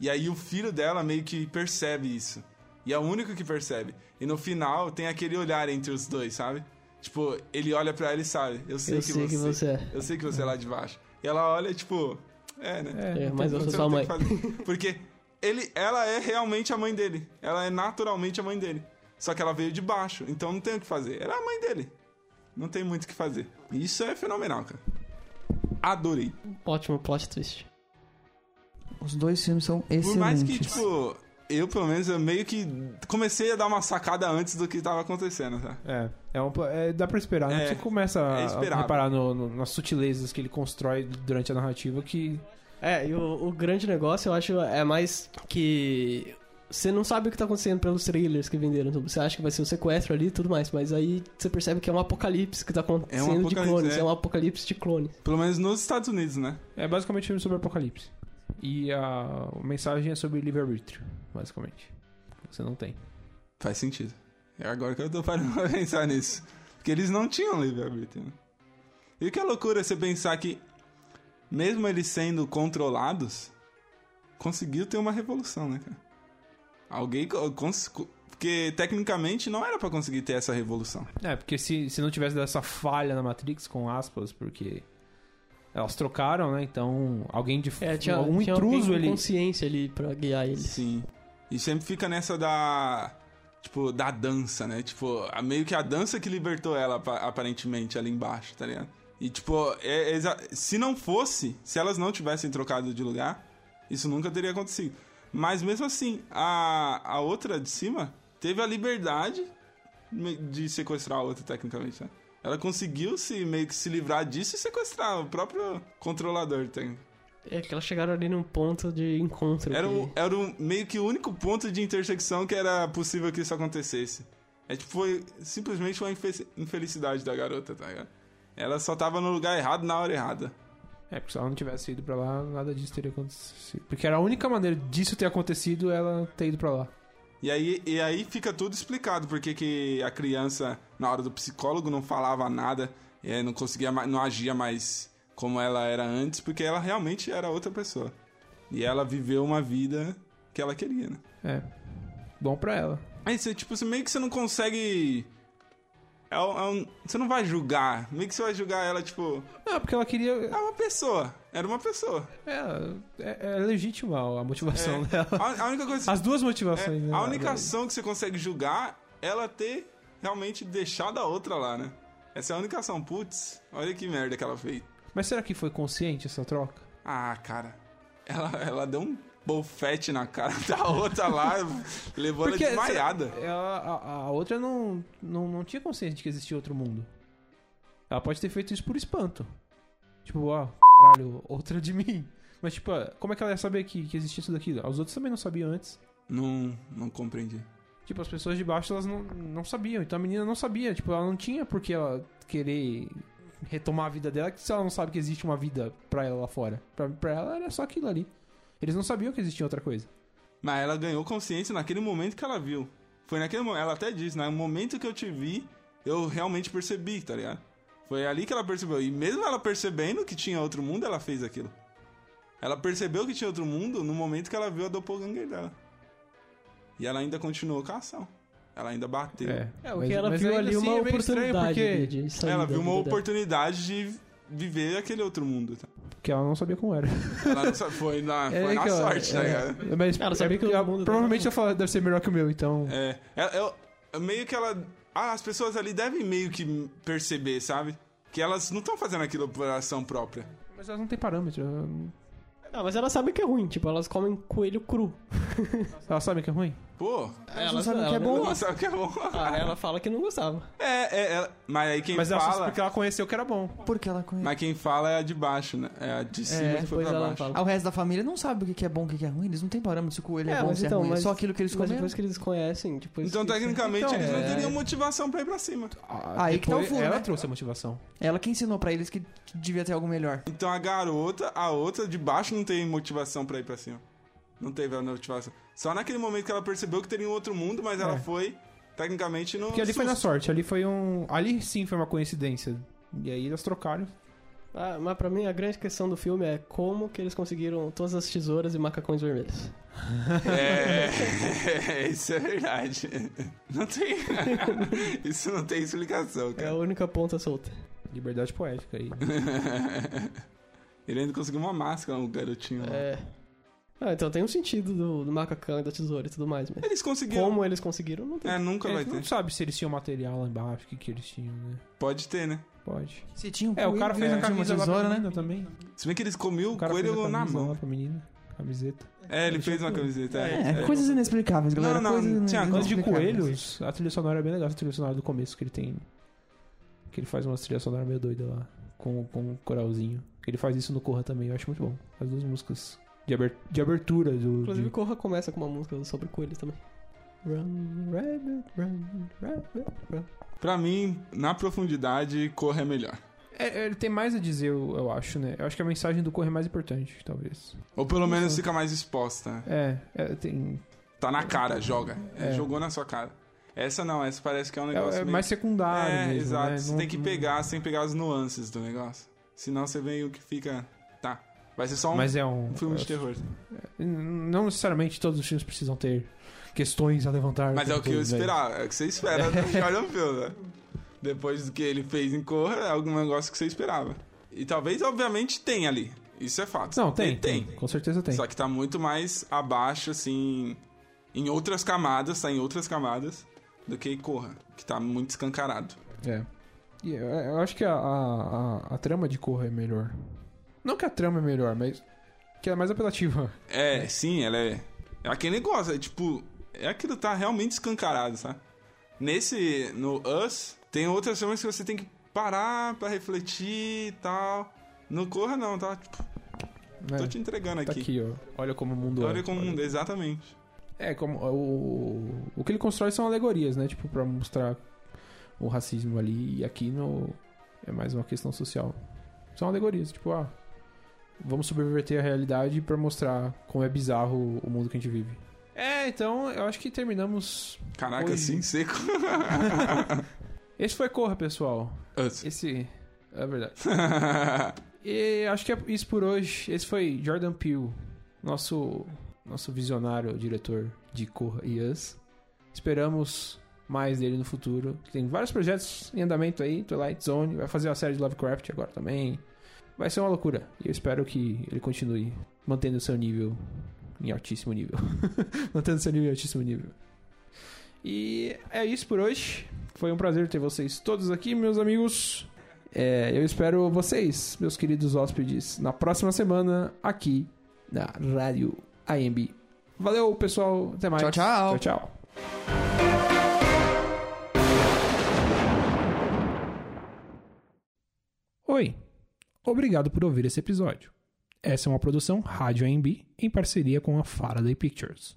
Speaker 3: E aí o filho dela meio que percebe isso. E é o único que percebe. E no final tem aquele olhar entre os dois, sabe? Tipo, ele olha pra ela e sabe, eu sei,
Speaker 5: Eu
Speaker 3: que,
Speaker 5: sei
Speaker 3: você,
Speaker 5: que você é.
Speaker 3: Eu sei que você é lá de baixo. E ela olha e tipo, é, né?
Speaker 5: É,
Speaker 4: então,
Speaker 5: mas eu sou
Speaker 3: Você
Speaker 5: sua
Speaker 3: não
Speaker 5: mãe.
Speaker 3: tem o que fazer. Porque ele, ela é realmente a mãe dele. Ela é naturalmente a mãe dele. Só que ela veio de baixo, então não tem o que fazer. Ela é a mãe dele. Não tem muito o que fazer. E Isso é fenomenal, cara. Adorei.
Speaker 5: Ótimo plot twist.
Speaker 6: Os dois filmes são excelentes.
Speaker 3: Por mais que, tipo, eu pelo menos eu meio que comecei a dar uma sacada antes do que tava acontecendo, tá?
Speaker 4: É, é, um, pla- é, dá pra esperar, né?
Speaker 3: É,
Speaker 4: Você começa
Speaker 3: é
Speaker 4: a- a
Speaker 3: esperável.
Speaker 4: reparar no- no- nas sutilezas que ele constrói durante a narrativa que
Speaker 5: É, e o, o grande negócio, eu acho, é mais que você não sabe o que tá acontecendo pelos trailers que venderam. tudo. Você acha que vai ser um sequestro ali e tudo mais, mas aí você percebe que é um apocalipse que tá
Speaker 3: É um
Speaker 5: acontecendo de
Speaker 3: apocalipse,
Speaker 5: clones.
Speaker 3: é.
Speaker 5: É. um apocalipse de clones.
Speaker 3: Pelo menos nos Estados Unidos, né?
Speaker 4: é basicamente um filme sobre apocalipse. E a mensagem é sobre livre-arbítrio, basicamente. Você não tem.
Speaker 3: Faz sentido. É agora que eu tô parando pra pensar nisso. Porque eles não tinham livre-arbítrio. né? E que é loucura você pensar que, mesmo eles sendo controlados, conseguiu ter uma revolução, né, cara? Alguém. co- cons- co- Porque, tecnicamente, não era pra conseguir ter essa revolução.
Speaker 4: É, porque se, se não tivesse dessa falha na Matrix, com aspas, porque elas trocaram, né? Então, alguém de
Speaker 5: É, tinha,
Speaker 4: algum
Speaker 5: tinha
Speaker 4: intruso
Speaker 5: alguém com
Speaker 4: ele.
Speaker 5: consciência ali pra guiar eles.
Speaker 3: Um Sim. E sempre fica nessa da. Tipo, da dança, né? Tipo, a- meio que a dança que libertou ela, apa- aparentemente, ali embaixo, tá ligado? E, tipo, é- é exa- se não fosse, se elas não tivessem trocado de lugar, isso nunca teria acontecido. Mas mesmo assim, a, a outra de cima teve a liberdade me- de sequestrar a outra, tecnicamente, né? Ela conseguiu se meio que se livrar disso e sequestrar o próprio controlador, tá tem.
Speaker 5: É que elas chegaram ali num ponto de encontro.
Speaker 3: Era, um-
Speaker 5: que-
Speaker 3: o, era o, meio que o único ponto de intersecção que era possível que isso acontecesse. É tipo, foi simplesmente uma infe- infelicidade da garota, tá ligado? Ela só tava no lugar errado na hora errada.
Speaker 4: É, porque se ela não tivesse ido pra lá, nada disso teria acontecido. Porque era a única maneira disso ter acontecido ela ter ido pra lá.
Speaker 3: E aí, e aí fica tudo explicado porque que a criança, na hora do psicólogo, não falava nada, é, não conseguia, ma- não agia mais como ela era antes, porque ela realmente era outra pessoa. E ela viveu uma vida que ela queria, né?
Speaker 4: É. Bom pra ela.
Speaker 3: Aí você, tipo, você meio que você não consegue. É um- é um- você não vai julgar. Meio que você vai julgar ela, tipo,
Speaker 4: Ah, porque ela queria.
Speaker 3: é uma pessoa. Era uma pessoa.
Speaker 4: É, é, é legítima a motivação
Speaker 3: É.
Speaker 4: dela.
Speaker 3: A, a única coisa.
Speaker 4: As duas motivações.
Speaker 3: É,
Speaker 4: né,
Speaker 3: a única
Speaker 4: dela.
Speaker 3: ação que você consegue julgar ela ter realmente deixado a outra lá, né? Essa é a única ação. Putz, olha que merda que ela fez.
Speaker 4: Mas será que foi consciente essa troca?
Speaker 3: Ah, cara. Ela, ela deu um bofete na cara da outra lá, levou
Speaker 4: Porque
Speaker 3: ela desmaiada.
Speaker 4: Ela, a, a outra não, não, não tinha consciência de que existia outro mundo. Ela pode ter feito isso por espanto. Tipo, ó, caralho, outra de mim. Mas, tipo, ah, como é que ela ia saber que, que existia tudo aquilo? Os outros também não sabiam antes.
Speaker 3: Não, não compreendi.
Speaker 4: Tipo, as pessoas de baixo, elas não, não sabiam. Então a menina não sabia. Tipo, ela não tinha por que ela querer retomar a vida dela que se ela não sabe que existe uma vida pra ela lá fora. Pra, pra ela era só aquilo ali. Eles não sabiam que existia outra coisa.
Speaker 3: Mas ela ganhou consciência naquele momento que ela viu. Foi naquele momento, ela até diz, no momento que eu te vi, eu realmente percebi, tá ligado? Foi ali que ela percebeu. E mesmo ela percebendo que tinha outro mundo, ela fez aquilo. Ela percebeu que tinha outro mundo no momento que ela viu a doppelganger dela. E ela ainda continuou com a ação. Ela ainda bateu.
Speaker 5: É, o
Speaker 4: Mas-
Speaker 5: que ela
Speaker 4: mas
Speaker 5: viu
Speaker 4: ainda
Speaker 5: ali uma
Speaker 4: é meio estranho
Speaker 5: oportunidade
Speaker 4: porque-
Speaker 5: de, de sair da
Speaker 3: Ela viu uma
Speaker 5: vida dela.
Speaker 3: oportunidade de viver aquele outro mundo. tá?
Speaker 4: Porque ela não sabia como era.
Speaker 3: Ela não sabe, foi na,
Speaker 4: É,
Speaker 3: foi na
Speaker 4: que ela-
Speaker 3: sorte, tá
Speaker 4: é.
Speaker 3: ligado?
Speaker 4: Mas
Speaker 5: Ela sabia
Speaker 4: é
Speaker 5: que
Speaker 4: porque
Speaker 5: o
Speaker 4: ela-
Speaker 5: mundo dela-
Speaker 4: provavelmente ela fala, deve ser melhor que o meu, então.
Speaker 3: É, ela- eu- eu- meio que ela. Ah, as pessoas ali devem meio que perceber, sabe? Que elas não estão fazendo aquilo por ação própria.
Speaker 4: Mas elas não têm parâmetro. ela não-
Speaker 5: Não, mas elas sabem que é ruim, tipo, elas comem coelho cru.
Speaker 4: Elas sabem que é ruim?
Speaker 3: Pô,
Speaker 5: Elas
Speaker 6: não sabem que é
Speaker 5: nem
Speaker 6: bom.
Speaker 5: gosta.
Speaker 3: não sabe o que é bom.
Speaker 5: Ah, ela fala que não gostava.
Speaker 3: É, é, é, mas aí quem
Speaker 4: Mas ela só
Speaker 3: fala.
Speaker 4: porque ela conheceu que era bom.
Speaker 3: tipo,
Speaker 6: Porque ela conhece.
Speaker 3: Mas quem fala é a de baixo, né? É a de cima
Speaker 5: É,
Speaker 3: que foi
Speaker 5: depois
Speaker 3: pra
Speaker 5: ela
Speaker 3: baixo.
Speaker 5: fala.
Speaker 6: Ah, O resto da família não sabe o que que é bom e o que que é ruim. Eles não têm parâmetro se o coelho é, bom ou se é ruim. é só aquilo que eles
Speaker 5: então, mas
Speaker 6: comem.
Speaker 5: depois que eles conhecem, tipo...
Speaker 3: Então,
Speaker 5: isso-
Speaker 3: tecnicamente,
Speaker 4: Então,
Speaker 3: eles não
Speaker 4: é.
Speaker 3: teriam motivação pra ir pra cima.
Speaker 6: Aí que tá o
Speaker 4: Ah, Depois
Speaker 6: furo,
Speaker 4: Ela
Speaker 6: né?
Speaker 4: trouxe a motivação.
Speaker 6: Ela que ensinou pra eles que devia ter algo melhor.
Speaker 3: Então a garota, a outra de baixo não tem motivação pra ir pra cima. Não teve a motivação. Só naquele momento que ela percebeu que teria um outro mundo, mas ela
Speaker 4: É.
Speaker 3: foi, tecnicamente, no.
Speaker 4: Porque ali foi na
Speaker 3: susto.
Speaker 4: sorte, ali foi um. Ali sim foi uma coincidência. E aí elas trocaram.
Speaker 5: Ah, mas pra mim a grande questão do filme é como que eles conseguiram todas as tesouras e macacões vermelhos.
Speaker 3: É, isso é verdade. Não tem. Isso não tem explicação,
Speaker 5: É a
Speaker 3: cara.
Speaker 5: única ponta solta.
Speaker 4: Liberdade poética aí. É.
Speaker 3: Ele ainda conseguiu uma máscara, o garotinho. lá.
Speaker 5: É. Ah, então tem um sentido do, do macacão e da tesoura e tudo mais, mas...
Speaker 3: Eles conseguiram.
Speaker 5: Como eles conseguiram, não tem.
Speaker 3: É, nunca
Speaker 4: A
Speaker 3: vai
Speaker 4: gente não
Speaker 3: ter.
Speaker 4: sabe se eles tinham material lá embaixo, o que, que eles tinham, né?
Speaker 3: Pode ter, né?
Speaker 4: Pode.
Speaker 6: Se tinha um
Speaker 4: É, o
Speaker 6: coelho,
Speaker 4: cara fez a
Speaker 6: tinha uma
Speaker 4: camisa lá
Speaker 6: tesoura,
Speaker 4: pra
Speaker 6: né?
Speaker 4: menina também.
Speaker 3: Se bem que eles comiam
Speaker 4: O
Speaker 3: o
Speaker 4: cara fez a
Speaker 3: coelho na
Speaker 4: camisa lá
Speaker 3: mão.
Speaker 4: pra menina. Camiseta.
Speaker 3: É, ele
Speaker 4: Ele
Speaker 3: fez
Speaker 4: tinha
Speaker 3: uma
Speaker 4: tudo.
Speaker 3: camiseta.
Speaker 6: É,
Speaker 3: É,
Speaker 6: coisas inexplicáveis, galera.
Speaker 3: Não, não,
Speaker 6: coisas
Speaker 3: não tinha
Speaker 4: Antes
Speaker 3: coisa
Speaker 4: de
Speaker 6: inexplicáveis.
Speaker 4: coelhos, a trilha sonora é bem legal, essa trilha sonora do começo que ele tem. Que ele faz uma trilha sonora meio doida lá, com, com um coralzinho. Ele faz isso no Corra também, eu acho muito bom. As duas músicas de, aber- de abertura do.
Speaker 5: Inclusive,
Speaker 4: de-
Speaker 5: Corra começa com uma música sobre coelhos também. Run, rabbit, run, rabbit, run.
Speaker 3: É. Pra mim, na profundidade, correr é melhor.
Speaker 4: É, ele tem mais a dizer, eu, eu acho, né? Eu acho que a mensagem do Corra é mais importante, talvez.
Speaker 3: Ou pelo menos
Speaker 4: Isso.
Speaker 3: fica mais exposta. né?
Speaker 4: É, é, tem.
Speaker 3: Tá na cara, joga. É,
Speaker 4: É.
Speaker 3: Jogou na sua cara. Essa não, essa parece que é um
Speaker 4: É,
Speaker 3: negócio
Speaker 4: é
Speaker 3: meio-
Speaker 4: mais secundário.
Speaker 3: É,
Speaker 4: mesmo,
Speaker 3: exato.
Speaker 4: né?
Speaker 3: Você
Speaker 4: Não-
Speaker 3: tem que
Speaker 4: não-
Speaker 3: pegar, você tem que pegar as nuances do negócio. Senão você vem o que fica. Tá. Vai ser só um,
Speaker 4: Mas é um.
Speaker 3: um filme
Speaker 4: é-
Speaker 3: de terror.
Speaker 4: hum, Não necessariamente todos os filmes precisam ter questões a levantar.
Speaker 3: Mas é o que eu
Speaker 4: todos, né?
Speaker 3: esperava. É o que você espera do Jordan Peele, né? Depois do que ele fez em Corra, é algum negócio que você esperava. E talvez, obviamente, tem ali. Isso é fato.
Speaker 4: Não, tem,
Speaker 3: E Tem.
Speaker 4: tem. Com certeza tem.
Speaker 3: Só que tá muito mais abaixo, assim. Em outras camadas, tá em outras camadas do que Corra, que tá muito escancarado.
Speaker 4: É. E eu, eu acho que a, a, a- a trama de Corra é melhor. Não que a trama é melhor, mas que ela é mais apelativa.
Speaker 3: É, sim, ela é. É aquele negócio, é tipo. É aquilo tá realmente escancarado, sabe? Nesse. No Us, tem outras filmes que você tem que parar pra refletir e tal. No Corra não, tá? Tipo,
Speaker 4: né?
Speaker 3: tô te entregando
Speaker 4: Tá
Speaker 3: aqui.
Speaker 4: aqui, ó. Olha como o mundo
Speaker 3: Olha como o mundo, exatamente.
Speaker 4: É, como o, o que ele constrói são alegorias, né? Tipo, pra mostrar o racismo ali e aqui no é mais uma questão social. São alegorias, tipo, ah, vamos subverter a realidade pra mostrar como é bizarro o mundo que a gente vive. É, então eu acho que terminamos.
Speaker 3: Caraca,
Speaker 4: Hoje.
Speaker 3: assim seco.
Speaker 4: Esse foi Corra, pessoal.
Speaker 3: Us.
Speaker 4: Esse é verdade. E acho que é isso por hoje. Esse foi Jordan Peele, nosso, nosso visionário diretor de Corra e Us. Esperamos mais dele no futuro. Tem vários projetos em andamento aí, Twilight Zone, vai fazer a série de Lovecraft agora também. Vai ser uma loucura. E eu espero que ele continue mantendo seu nível em altíssimo nível. mantendo seu nível em altíssimo nível. E é isso por hoje. Foi um prazer ter vocês todos aqui, meus amigos. É, eu espero vocês, meus queridos hóspedes, na próxima semana aqui na Rádio AMB. Valeu, pessoal. Até mais.
Speaker 6: Tchau, tchau.
Speaker 4: Tchau, tchau. Oi, obrigado por ouvir esse episódio. Essa é uma produção Rádio AMB em parceria com a Faraday Pictures.